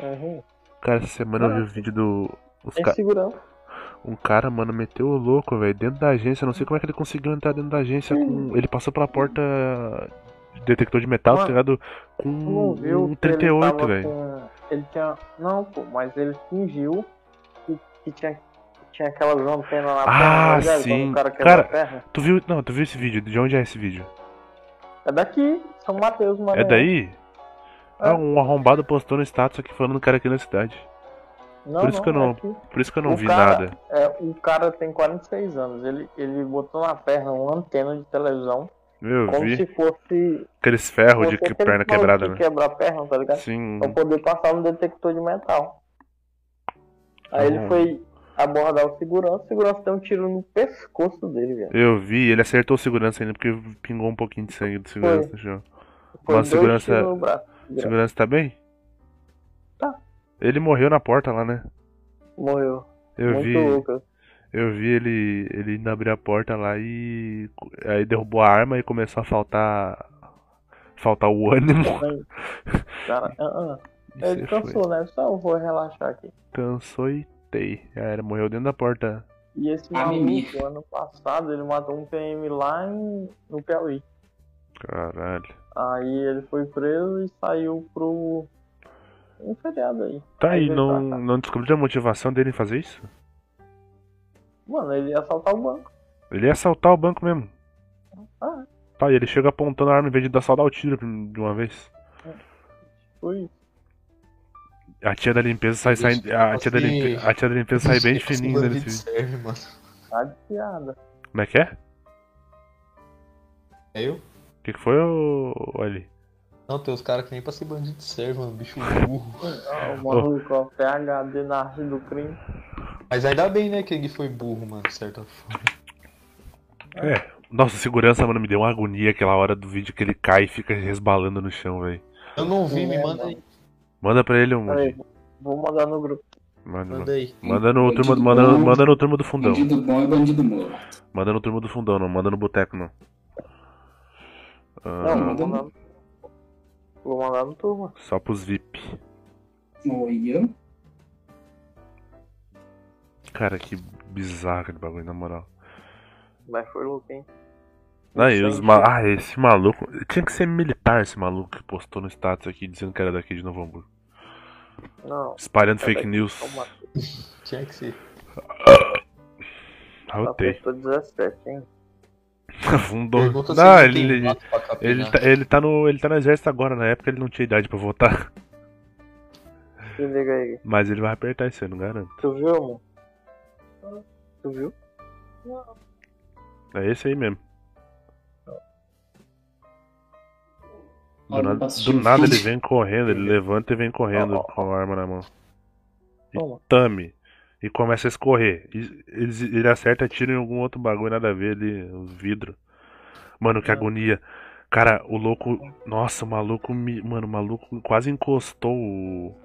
S6: Uhum.
S1: Cara, essa semana
S6: Ah.
S1: eu vi o vídeo do. os
S6: Tem
S1: ca-
S6: segurança.
S1: Um cara, mano, meteu o louco, velho, dentro da agência. Eu Não sei como é que ele conseguiu entrar dentro da agência com. Ele passou pela porta de detector de metal,
S6: Mano,
S1: tá ligado? Com
S6: Tu não viu
S1: um
S6: que ele
S1: 38,
S6: tava
S1: velho.
S6: com- Ele tinha. Não, pô, mas ele fingiu que, que tinha, que tinha aquelas antenas na
S1: Ah,
S6: perna. né,
S1: sim.
S6: quando O cara, quebra
S1: Cara-
S6: a perna.
S1: Tu viu. Não, tu viu esse vídeo? De onde é esse vídeo?
S6: É daqui, São Mateus, mano.
S1: É daí? Ah, um arrombado postou no status aqui falando que era aqui na cidade.
S6: Não,
S1: Por isso que eu não-
S6: é aqui.
S1: Por isso que eu não
S6: O
S1: vi
S6: cara-
S1: nada.
S6: É, o cara tem 46 anos. Ele, ele botou na perna uma antena de televisão.
S1: Eu
S6: como
S1: vi.
S6: se fosse.
S1: Aqueles ferros de que-
S6: fosse aquele
S1: perna
S6: maluco
S1: quebrada,
S6: que
S1: né?
S6: Quebra a perna, tá ligado?
S1: Sim.
S6: Pra poder passar no detector de metal. Aí
S1: Ah.
S6: ele foi abordar o segurança. O segurança deu um tiro no pescoço dele, velho.
S1: Eu vi, ele acertou o segurança ainda porque pingou um pouquinho de sangue do segurança no chão. Mas
S6: Foi dois
S1: segurança-
S6: tiros no braço.
S1: O segurança tá bem?
S6: Tá.
S1: Ele morreu na porta lá, né?
S6: Morreu.
S1: Eu
S6: Muito
S1: vi.
S6: louco.
S1: Eu vi ele, ele indo abrir a porta lá e. Aí derrubou a arma e começou a faltar. Faltar o ânimo.
S6: Cara, ah, ah.
S1: E
S6: ele
S1: se foi.
S6: cansou, né? Só eu vou relaxar aqui.
S1: Cansou e tei. Já era, Ah, morreu dentro da porta.
S6: E esse
S4: Ah, Mimi.
S6: maluco, ano passado, ele matou um PM lá em, no Piauí.
S1: Caralho.
S6: Aí ele foi preso e saiu pro. Um feriado aí.
S1: Tá aí,
S6: Aí veio
S1: não,
S6: pra cá.
S1: não descobriu a motivação dele em fazer isso?
S6: Mano, ele ia assaltar o banco.
S1: Ele ia assaltar o banco mesmo.
S6: Ah.
S1: Tá, e ele chega apontando a arma em vez de dar só dar o tiro de uma vez.
S6: Foi.
S1: A tia da limpeza sai
S3: Isso,
S1: saindo. A tia da
S3: assim,
S1: limpeza, a tia da limpeza sai bem
S3: Isso que
S1: fininha
S3: bandido
S1: nesse vídeo.
S3: serve, mano.
S6: Tá de piada.
S1: Como é que é?
S3: É eu?
S1: O que, que foi, ô. ô Ali?
S3: Não, tem uns caras que nem pra ser bandido serve, mano. Bicho burro.
S6: Ó, o maluco, ó, PHD na arte do crime.
S3: Mas ainda bem, né, que ele foi burro, mano, de certa forma.
S1: Nossa, segurança, mano, me deu uma agonia aquela hora do vídeo que ele cai e fica resbalando no chão, velho.
S3: Eu não vi, me
S6: É,
S3: manda aí.
S1: Manda pra ele um.
S6: Peraí, vou mandar no grupo.
S1: Manda, manda.
S3: Manda aí.
S1: Manda no,
S4: Bandido
S1: turma, manda, no-
S4: bom.
S1: manda no turma do fundão.
S4: Bandido bom e bandido morto.
S1: Manda no turma do fundão, não manda no boteco, não. Ah,
S6: Não, vou mandar no. Vou mandar no turma.
S1: Só pros VIP.
S4: Olha.
S1: Cara, que bizarro aquele bagulho, na moral.
S6: Mas foi louco, hein?
S1: Aí, os
S6: Sim.
S1: ma- Ah, esse maluco. Tinha que ser militar esse maluco que postou no status aqui dizendo que era daqui de Novo Hamburgo.
S6: Não.
S1: Espalhando
S6: É
S1: fake
S6: daqui,
S1: news. Ah,
S6: Calma.
S3: Tinha que ser.
S1: Rotei.
S6: Apertou 17, hein?
S1: Fundou.
S3: Pergunta se
S1: Não,
S3: ele
S1: ele.
S3: tem
S1: ele...
S3: voto né? pra capinar.
S1: Ele tá, ele, tá no, ele tá no exército agora, na época ele não tinha idade pra votar.
S6: Se liga aí.
S1: Mas ele vai apertar isso, eu não garanto.
S6: Tu viu, amor? Tu viu?
S1: É esse aí mesmo. Do
S4: Olha,
S1: nada,
S4: pra assistir
S1: do
S4: o
S1: nada ele
S4: filme.
S1: vem correndo, ele levanta e vem correndo
S6: Ó, ó,
S1: com a arma na mão.
S6: Toma.
S1: Tame. E começa a escorrer. E Ele, ele acerta tiro em algum outro bagulho, nada a ver ali, o vidro. Mano, que agonia. Cara, o louco. Nossa, o maluco me. Mano, o maluco quase encostou o.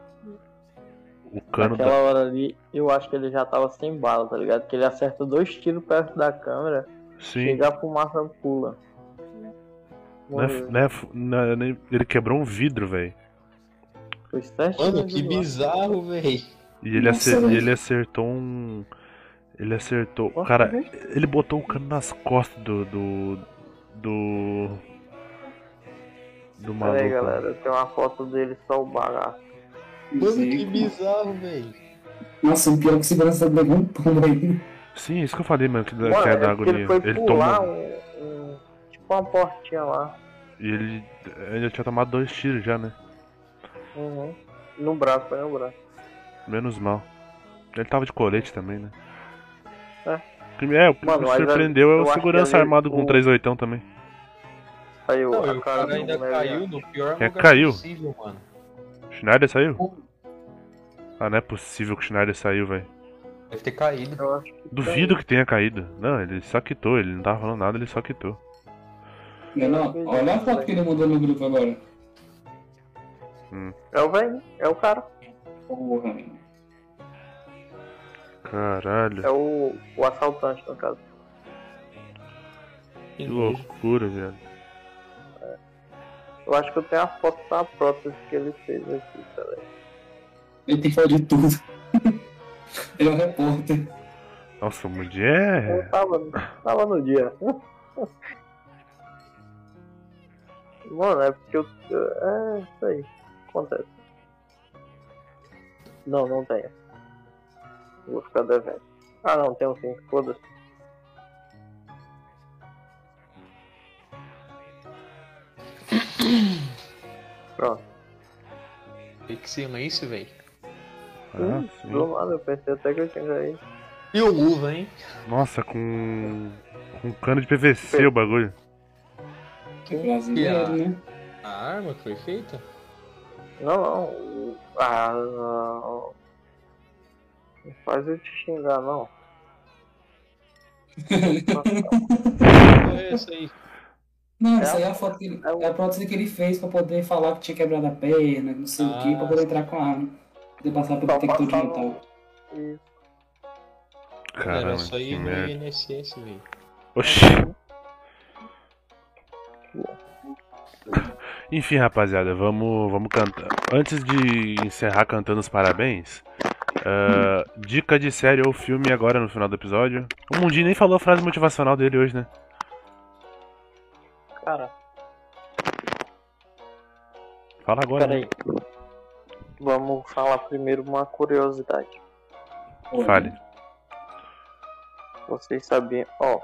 S1: O cano da.
S6: Naquela hora ali, eu acho que ele já tava sem bala, tá ligado? Que ele acerta dois tiros perto da câmera,
S1: Sim.
S6: chega a fumaça pula.
S1: Não é-
S6: Morreu.
S1: não é fu- não é nem- ele quebrou um vidro, velho.
S6: Foi sete
S3: Mano,
S6: tiros
S3: que
S6: de bala.
S3: bizarro, véi.
S1: E ele,
S4: Nossa,
S1: acer-
S4: velho.
S1: ele acertou um. Ele acertou.
S6: Nossa,
S1: Cara,
S6: velho.
S1: ele botou o cano nas costas do. Do. Do, do
S6: Pera
S1: maluco.
S6: aí, galera, tem uma foto dele só o bagaço.
S3: Mano, que bizarro, véi.
S4: Nossa, o pior é que segurança levou um tombo aí.
S1: Sim, é isso que eu falei, mano, que, dá-
S6: Mano,
S1: que é
S6: é
S1: da
S6: porque
S1: agonia.
S6: ele foi pular
S1: tomou.
S6: um, um- Tipo uma portinha lá.
S1: E ele, ele já tinha tomado dois tiros já, né?
S6: Uhum. No braço, foi no braço.
S1: Menos mal. Ele tava de colete também, né?
S6: É.
S1: É, o que
S6: Mano,
S1: me
S6: mas
S1: surpreendeu é
S6: eu
S1: o
S6: acho que
S1: segurança
S6: ali
S1: armado com
S6: o-
S1: 38 também.
S6: Saiu
S3: Não, e
S6: a
S3: o
S6: cara um
S3: cara
S6: do
S3: ainda
S6: moleque.
S3: caiu no pior
S1: É,
S3: lugar
S1: caiu.
S3: possível, mano.
S1: Schneider saiu?
S4: O-
S1: Ah, não é possível que o Schneider saiu, velho.
S3: Deve ter caído.
S6: Eu acho que
S1: Duvido que tenha caído. Não, ele só quitou, ele não tava falando nada, ele só quitou.
S4: Menor, olha a foto que ele mandou no grupo agora.
S6: É o velho, é o cara.
S4: Porra, meu.
S1: Caralho,
S6: É o, o assaltante, no caso.
S1: que loucura, velho.
S6: Eu acho que eu tenho a foto da prótese que ele fez aqui, tá cara.
S4: Ele tem foto de tudo. ele é um repórter.
S1: Nossa,
S6: Eu É
S1: mulher.
S6: tava, tava no dia. Mano, é porque eu. É isso aí. Acontece. Não, não tenho. Vou ficar devendo. Ah não, tenho sim, foda-se. Pronto.
S3: Que silêncio, velho.
S1: Ah,
S6: Hum,
S1: sim.
S6: do nada, eu pensei até que eu tinha aí.
S3: E o luva, hein?
S1: Nossa, com. com cano de PVC o bagulho.
S4: É brasileiro, né?
S3: A arma que foi feita?
S6: Não, não. o- Ah, não. Não faz eu te xingar, não.
S4: né?
S3: É essa aí.
S4: Não,
S6: É
S4: isso aí é
S6: a-
S4: a foto que ele,
S6: é o-
S4: é a prótese que ele fez pra poder falar que tinha quebrado a perna, não sei o que, pra
S3: Ah.
S4: poder entrar com a arma. Poder passar pelo
S6: Só
S4: detector
S6: passar
S4: digital.
S6: E
S1: Caramba,
S3: Era só
S1: que
S3: ir no
S1: merda.
S3: INSS, velho.
S1: Oxi. Enfim, rapaziada, vamos, vamos cantar. Antes de encerrar cantando os parabéns, ah, dica de série ou filme agora no final do episódio. O Mundinho nem falou a frase motivacional dele hoje, né?
S6: Cara,
S1: Fala agora.
S6: peraí. Vamos falar primeiro uma curiosidade.
S1: né? Fale.
S6: Vocês sabiam, ó.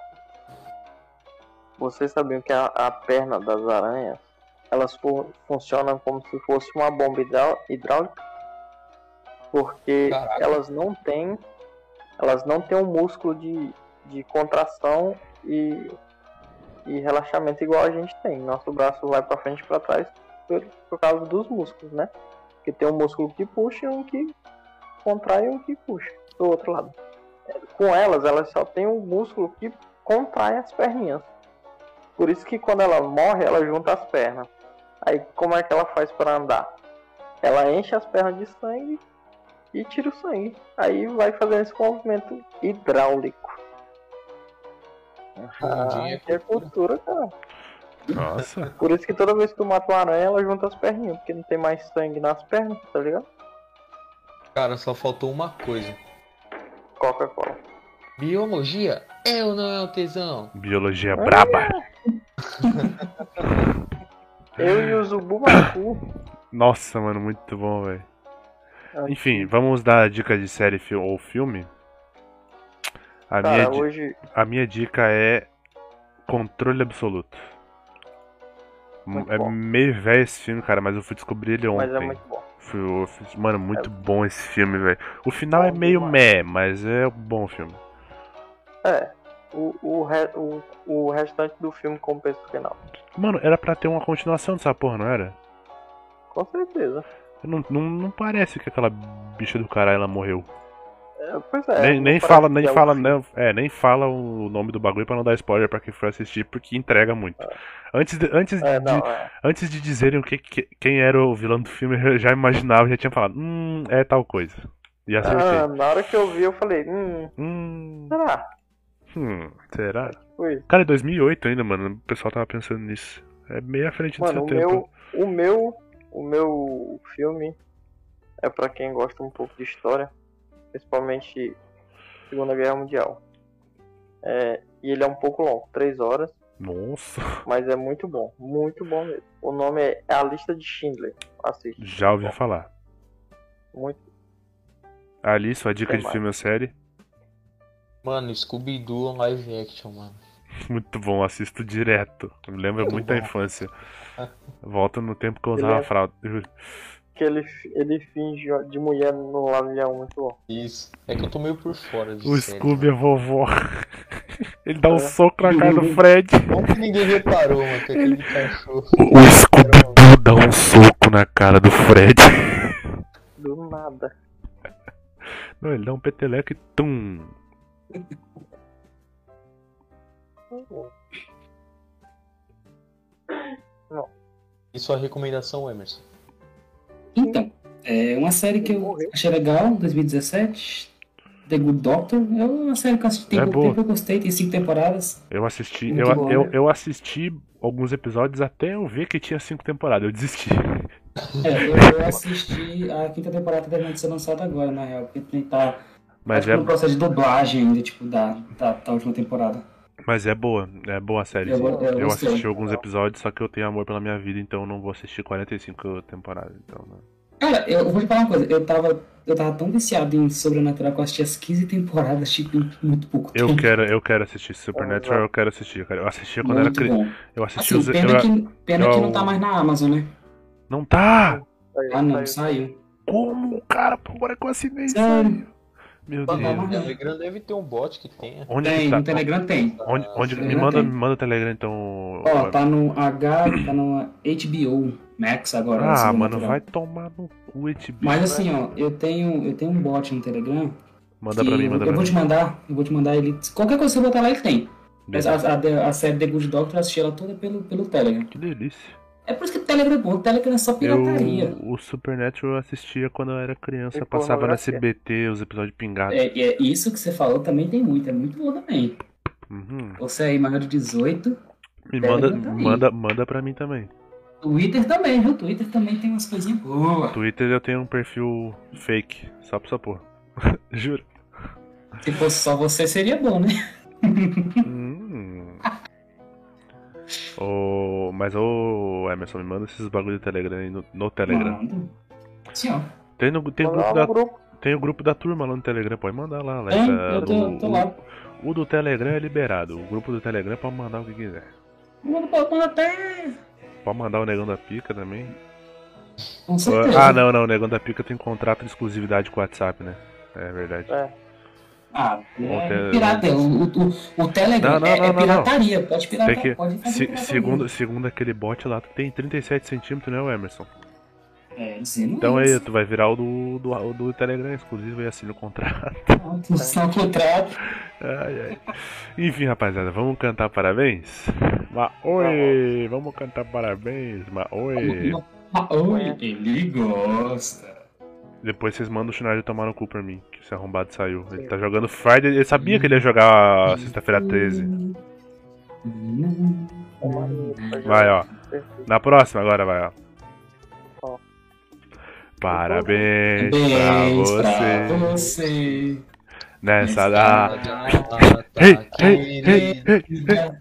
S6: Vocês sabiam que a, a perna das aranhas, elas fu- funcionam como se fosse uma bomba hidrá- hidráulica? Porque
S3: Caraca.
S6: elas não têm. Elas não têm um músculo de, de contração e, e relaxamento igual a gente tem. Nosso braço vai pra frente e pra trás por, por causa dos músculos, né? Porque tem um músculo que puxa e um que contrai e um que puxa do outro lado É, com elas, elas só tem um músculo que contrai as perninhas. Por isso que quando ela morre, ela junta as pernas. Aí como é que ela faz para andar? Ela enche as pernas de sangue e tira o sangue. Aí vai fazendo esse movimento hidráulico. Ah,
S3: Mundinho é
S6: que é cultura, cara.
S1: Nossa.
S6: Por isso que toda vez que tu mata uma aranha, ela junta as perninhas, porque não tem mais sangue nas pernas, tá ligado?
S3: Cara, só faltou uma coisa.
S6: Coca-Cola.
S3: Biologia é ou não é um tesão?
S1: Biologia braba.
S6: Eu e o Zubumacu.
S1: Nossa, mano, muito bom, velho.
S6: Ah.
S1: Enfim, vamos dar a dica de série fi- ou filme? Ah, A minha, é
S6: Cara,
S1: di-
S6: hoje.
S1: a minha dica é controle absoluto.
S6: Muito
S1: é
S6: bom.
S1: meio velho esse filme, cara, mas eu fui descobrir ele
S6: Mas é
S1: ontem.
S6: muito bom.
S1: Fui- eu fiz- mano, muito bom esse filme, velho. O final é
S6: Bom
S1: meio
S6: demais.
S1: meh, mas é um bom filme.
S6: É. O, o, re- o, o restante do filme compensa o final.
S1: Mano, era pra ter uma continuação dessa porra, não era?
S6: Com certeza.
S1: Não, não, não parece que aquela bicha do caralho ela morreu.
S6: É, pois é.
S1: nem
S6: não
S1: nem
S6: parece
S1: fala,
S6: que
S1: nem
S6: é o
S1: fala,
S6: fim.
S1: não, é, nem fala o nome do bagulho pra não dar spoiler pra quem for assistir, porque entrega muito. Antes de, antes
S6: É,
S1: de,
S6: não, é.
S1: antes de dizerem o que, que- quem era o vilão do filme, eu já imaginava, já tinha falado, hum, é tal coisa. E acertei.
S6: Ah, na hora que eu vi, eu falei, hum,
S1: Hum,
S6: será?
S1: hum, será?
S6: Foi.
S1: Cara, é 2008 ainda, mano. O pessoal tava pensando nisso. É meio à frente do
S6: Mano,
S1: seu
S6: o
S1: tempo.
S6: meu, o meu. O meu filme é pra quem gosta um pouco de história. Principalmente Segunda Guerra Mundial. É, e ele é um pouco longo, três horas,
S1: Nossa,
S6: mas é muito bom, muito bom mesmo. O nome é A Lista de Schindler. Assiste.
S1: já ouvi falar.
S6: Muito.
S1: Ali, sua dica de filme ou série.
S3: Mano, Scooby-Doo é um live action, mano.
S1: Muito bom, assisto direto. Me lembra muito da
S3: bom.
S1: infância. Volto no tempo que eu usava
S6: Beleza.
S1: fralda. juro.
S6: Que ele, ele finge de mulher no avião, muito bom.
S3: Isso. É que eu tô meio por fora de
S1: O
S3: série,
S1: Scooby é vovó. Ele dá um
S6: É.
S1: soco na cara do Fred.
S3: Como que ninguém reparou, mano, que aquele cachorro.
S1: O Scooby-Doo dá um soco na cara do Fred.
S6: Do nada.
S1: Não, ele dá um peteleco e tum.
S3: E sua recomendação, Emerson?
S4: Então, é uma série que eu achei legal, 2017. The Good Doctor. É uma série que eu assisti tem
S1: É
S4: pouco
S1: boa.
S4: tempo, eu gostei, tem cinco temporadas.
S1: Eu assisti,
S4: Muito
S1: eu,
S4: bom,
S1: eu,
S4: né?
S1: eu assisti alguns episódios até eu ver que tinha cinco temporadas. Eu desisti.
S4: É, eu, eu assisti a quinta temporada que deve ser lançada agora, na real, porque tem- tá
S1: Mas
S4: acho
S1: é,
S4: que no processo de dublagem ainda, tipo, da, da, da última temporada.
S1: mas é boa. É boa a série.
S4: Eu- eu
S1: Eu
S4: gostei.
S1: assisti alguns episódios, só que eu tenho amor pela minha vida, então eu não vou assistir 45 temporadas. Então, né?
S4: Cara, eu vou te falar uma coisa, eu tava, eu tava tão viciado em Sobrenatural que eu assisti as 15 temporadas, tipo, em muito pouco
S1: Eu
S4: tempo.
S1: quero, eu quero assistir Supernatural, eu quero assistir, cara. Eu assistia quando era
S4: Muito
S1: criança.
S4: bom.
S1: Eu assisti os.
S4: Assim, pena,
S1: eu-
S4: que, pena que
S1: eu-
S4: não tá mais na Amazon, né?
S1: Não tá!
S6: Aí,
S4: Ah, não,
S6: aí,
S4: saiu.
S1: Como, cara? Pô, agora que eu assinei isso.
S4: Sério?
S1: Meu
S4: Tá
S1: Deus.
S4: bom.
S3: No Telegram deve ter um bot que tenha.
S1: Onde
S4: Tem,
S1: que tá?
S4: no Telegram tem.
S1: Onde,
S3: Ah,
S1: onde-
S4: Telegram
S1: me, manda,
S4: Ah, tem.
S1: me manda o Telegram, então.
S4: Ó, tá no H, tá no HBO Max agora.
S1: Ah,
S4: Sobrenatural.
S1: mano, vai tomar no cu, HBO.
S4: Mas assim, ó, eu tenho, eu tenho um bot no Telegram.
S1: Manda
S4: que
S1: pra mim,
S4: eu-
S1: manda
S4: eu
S1: pra
S4: vou
S1: mim.
S4: te mandar, eu vou te mandar ele. Qualquer coisa que você botar lá, ele tem. Mas a,
S1: Beleza.
S4: a, a série The Good Doctor eu assisti ela toda pelo, pelo Telegram.
S1: Que delícia.
S4: É por isso que o Telegram é bom, o Telegram é só pirataria.
S1: Eu, o Supernatural eu assistia quando eu era criança.
S6: E
S1: passava no
S6: pornografia.
S1: SBT os episódios pingados.
S4: É, é, isso que você falou também tem muito, é muito bom também.
S1: Uhum.
S4: Você aí, maior de 18,
S1: Me manda,
S4: Telegram tá aí.
S1: manda, manda pra mim também.
S4: Twitter também, viu? Twitter também tem umas coisinhas boas.
S1: Twitter eu tenho um perfil fake. Só pra essa porra. Juro.
S4: Se fosse só você, seria bom, né?
S1: Hum. Ô, mas ô Emerson, me manda esses bagulho do Telegram aí no, no Telegram.
S4: Mano. Sim, então. Assim, ó.
S1: Tem, no, tem, o
S6: manda lá
S1: grupo
S6: no
S1: da,
S6: "Ah, um grupo.
S1: tem o grupo da turma lá no Telegram, pode mandar lá. lá
S4: Tem,
S1: tá-
S4: eu tô, tô
S1: o,
S4: lá.
S1: o- o do Telegram é liberado. O grupo do Telegram pode mandar o que quiser.
S4: Mano, pô, mano, até.
S1: Pode mandar o Negão da Pica também.
S4: Com certeza.
S1: Ah, não, não. O Negão da Pica tem contrato de exclusividade com o WhatsApp, né? É verdade.
S6: É.
S4: Ah,
S1: Bom,
S4: é
S1: tem-
S4: pirata. O, o, o Telegram
S1: Não, não,
S4: é,
S1: não,
S4: é
S1: não,
S4: pirataria. Pode piratar,
S1: Tem que-
S4: pode fazer
S1: Se-
S4: pirataria.
S1: segundo, segundo aquele bot lá, tu tem 37 centímetros, né, o Emerson?
S4: É, dizendo
S1: Então aí,
S4: isso.
S1: tu vai virar o do, do, o do Telegram exclusivo e assina o contrato.
S4: Pronto,
S1: Então,
S4: Só o contrato.
S1: Ai, ai. Enfim, rapaziada, vamos cantar parabéns? Ma oi! Vamos cantar parabéns, ma oi!
S4: Ah, oi, ele gosta.
S1: Depois vocês mandam o Schneider tomar no cu pra mim, que esse arrombado saiu. Ele tá jogando Friday, ele sabia que ele ia jogar sexta-feira 13. Vai, ó. Na próxima agora, vai, ó.
S6: Ó.
S1: Parabéns É pra
S4: Parabéns
S1: você
S4: pra você.
S1: nessa
S4: Ah.
S1: data.
S3: Ah, tá,
S1: Ei,
S3: querido.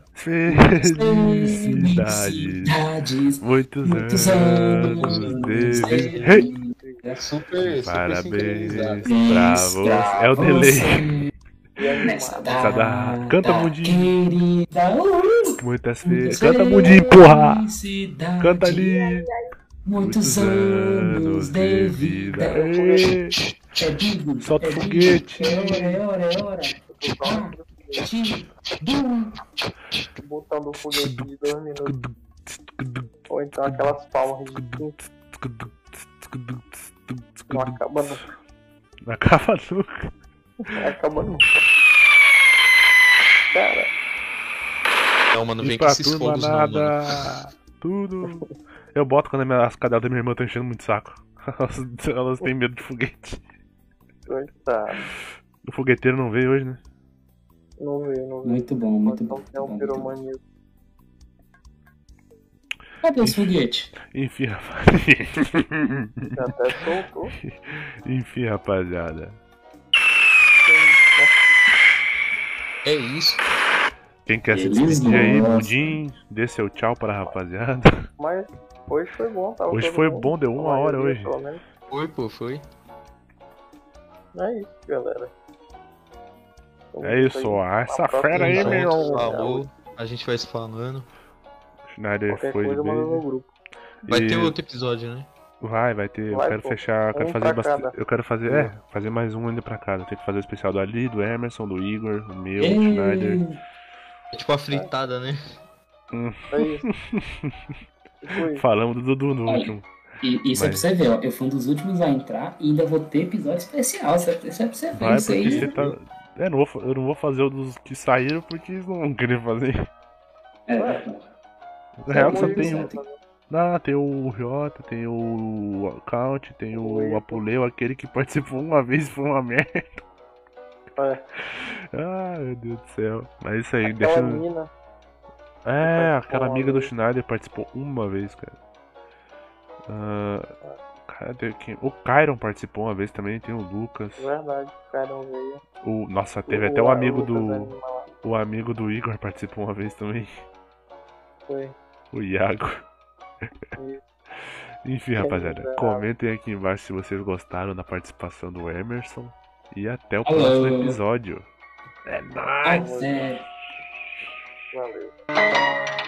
S1: Felicidades. Muitos,
S4: Muitos
S1: anos,
S4: anos
S1: de
S4: de
S1: vida. Ei,
S3: É super, super
S1: Parabéns
S3: sincronizado.
S1: pra você. É o delay.
S6: E aí,
S4: Nessa
S1: Essa
S6: mano,
S4: data,
S1: dá- canta, mundinho.
S4: Querida, uh,
S1: Muitas
S4: muitas
S1: vezes. Canta mundinho, porra!
S4: felicidades,
S1: Canta ali.
S4: Muitos anos de vida.
S1: Ei,
S4: É bingo,
S1: Solta
S4: é
S1: o
S4: bingo,
S1: foguete.
S4: É hora, é hora, é hora. Ah, ti, bum.
S6: o botão do foguete de dois minutos. Ou então aquelas palmas de cinco, não acaba nunca.
S1: Não acaba nunca.
S6: Acaba nunca. Cara,
S3: Não, mano,
S1: E
S3: vem com
S1: pra
S3: esses
S1: turma
S3: fogos não, mano.
S1: nada. Tudo. Eu boto quando a minha- as cadelas da minha irmã estão enchendo muito saco. Elas, elas têm medo de foguete.
S6: coitado.
S1: O fogueteiro não veio hoje, né?
S6: Não veio, não veio.
S4: Muito bom, muito bom.
S6: Então é um
S4: muito bom.
S6: piromaníaco.
S4: Cadê os foguetes?
S1: Enfim, rapaz.
S6: Até soltou.
S1: Enfim, rapaziada.
S3: É isso.
S1: Quem quer se
S4: Eles
S1: despedir aí,
S4: gostam.
S1: Mundim, dê seu tchau para a rapaziada.
S6: Mas hoje foi bom, tava
S1: Hoje
S6: Tá todo
S1: foi
S6: mundo-
S1: bom, deu uma
S6: a
S1: hora
S6: maioria,
S1: hoje.
S6: pelo menos.
S3: Foi, pô, foi.
S6: É isso, galera. Então,
S1: É isso, ó. Essa
S6: próxima
S1: fera aí,
S6: vez,
S1: meu.
S3: Falou, a gente vai se falando.
S1: Schneider
S6: Qualquer
S1: foi de
S6: coisa, um manda no
S1: beijo.
S6: grupo.
S3: Vai
S1: E-
S3: ter outro episódio, né?
S1: Vai, vai ter.
S6: Vai,
S1: eu quero
S6: pô.
S1: fechar. Eu quero
S6: Um
S1: fazer
S6: pra
S1: bastante.
S6: cada.
S1: Eu quero fazer. É, fazer mais um ainda pra cada. Tem que fazer o especial do Ali, do Emerson, do Igor, o meu, do Schneider.
S3: É tipo a fritada, né?
S6: É isso. Tipo isso.
S1: Falamos do Dudu no último.
S4: E isso é pra
S1: Mas-
S4: você ver, ó. Eu fui um dos últimos a entrar e ainda vou ter episódio especial. Isso é pra isso é pra você ver.
S1: Vai,
S4: isso
S1: porque
S4: aí.
S1: você tá. É, não vou fa- eu não vou fazer o dos que saíram porque eles não vão querer fazer.
S4: É,
S1: Na real, só
S6: É Muito
S1: tem um.
S6: certo.
S1: Ah, tem o Riota, tem o Count, tem o
S6: Oi.
S1: Apuleu, aquele que participou uma vez e foi uma merda.
S6: É.
S1: Ah, meu Deus do céu. Mas é isso aí,
S6: Aquela
S1: deixa.
S6: mina.
S1: É,
S6: participou
S1: aquela
S6: uma
S1: amiga do
S6: vez.
S1: Schneider participou uma vez, cara. Ah, cadê quem? O Kyron participou uma vez também, tem o Lucas.
S6: Verdade, o cara não veio.
S1: O... Nossa, teve
S6: é? O-
S1: até o amigo
S6: Lucas é
S1: do.
S6: Anima lá,
S1: O amigo do Igor participou uma vez também.
S6: Foi.
S1: O Iago. Enfim,
S6: é
S1: rapaziada,
S6: miserável.
S1: comentem aqui embaixo se vocês gostaram da participação do Emerson. E até o
S4: Alô.
S1: próximo episódio. É nóis!
S4: pois é.
S6: Valeu.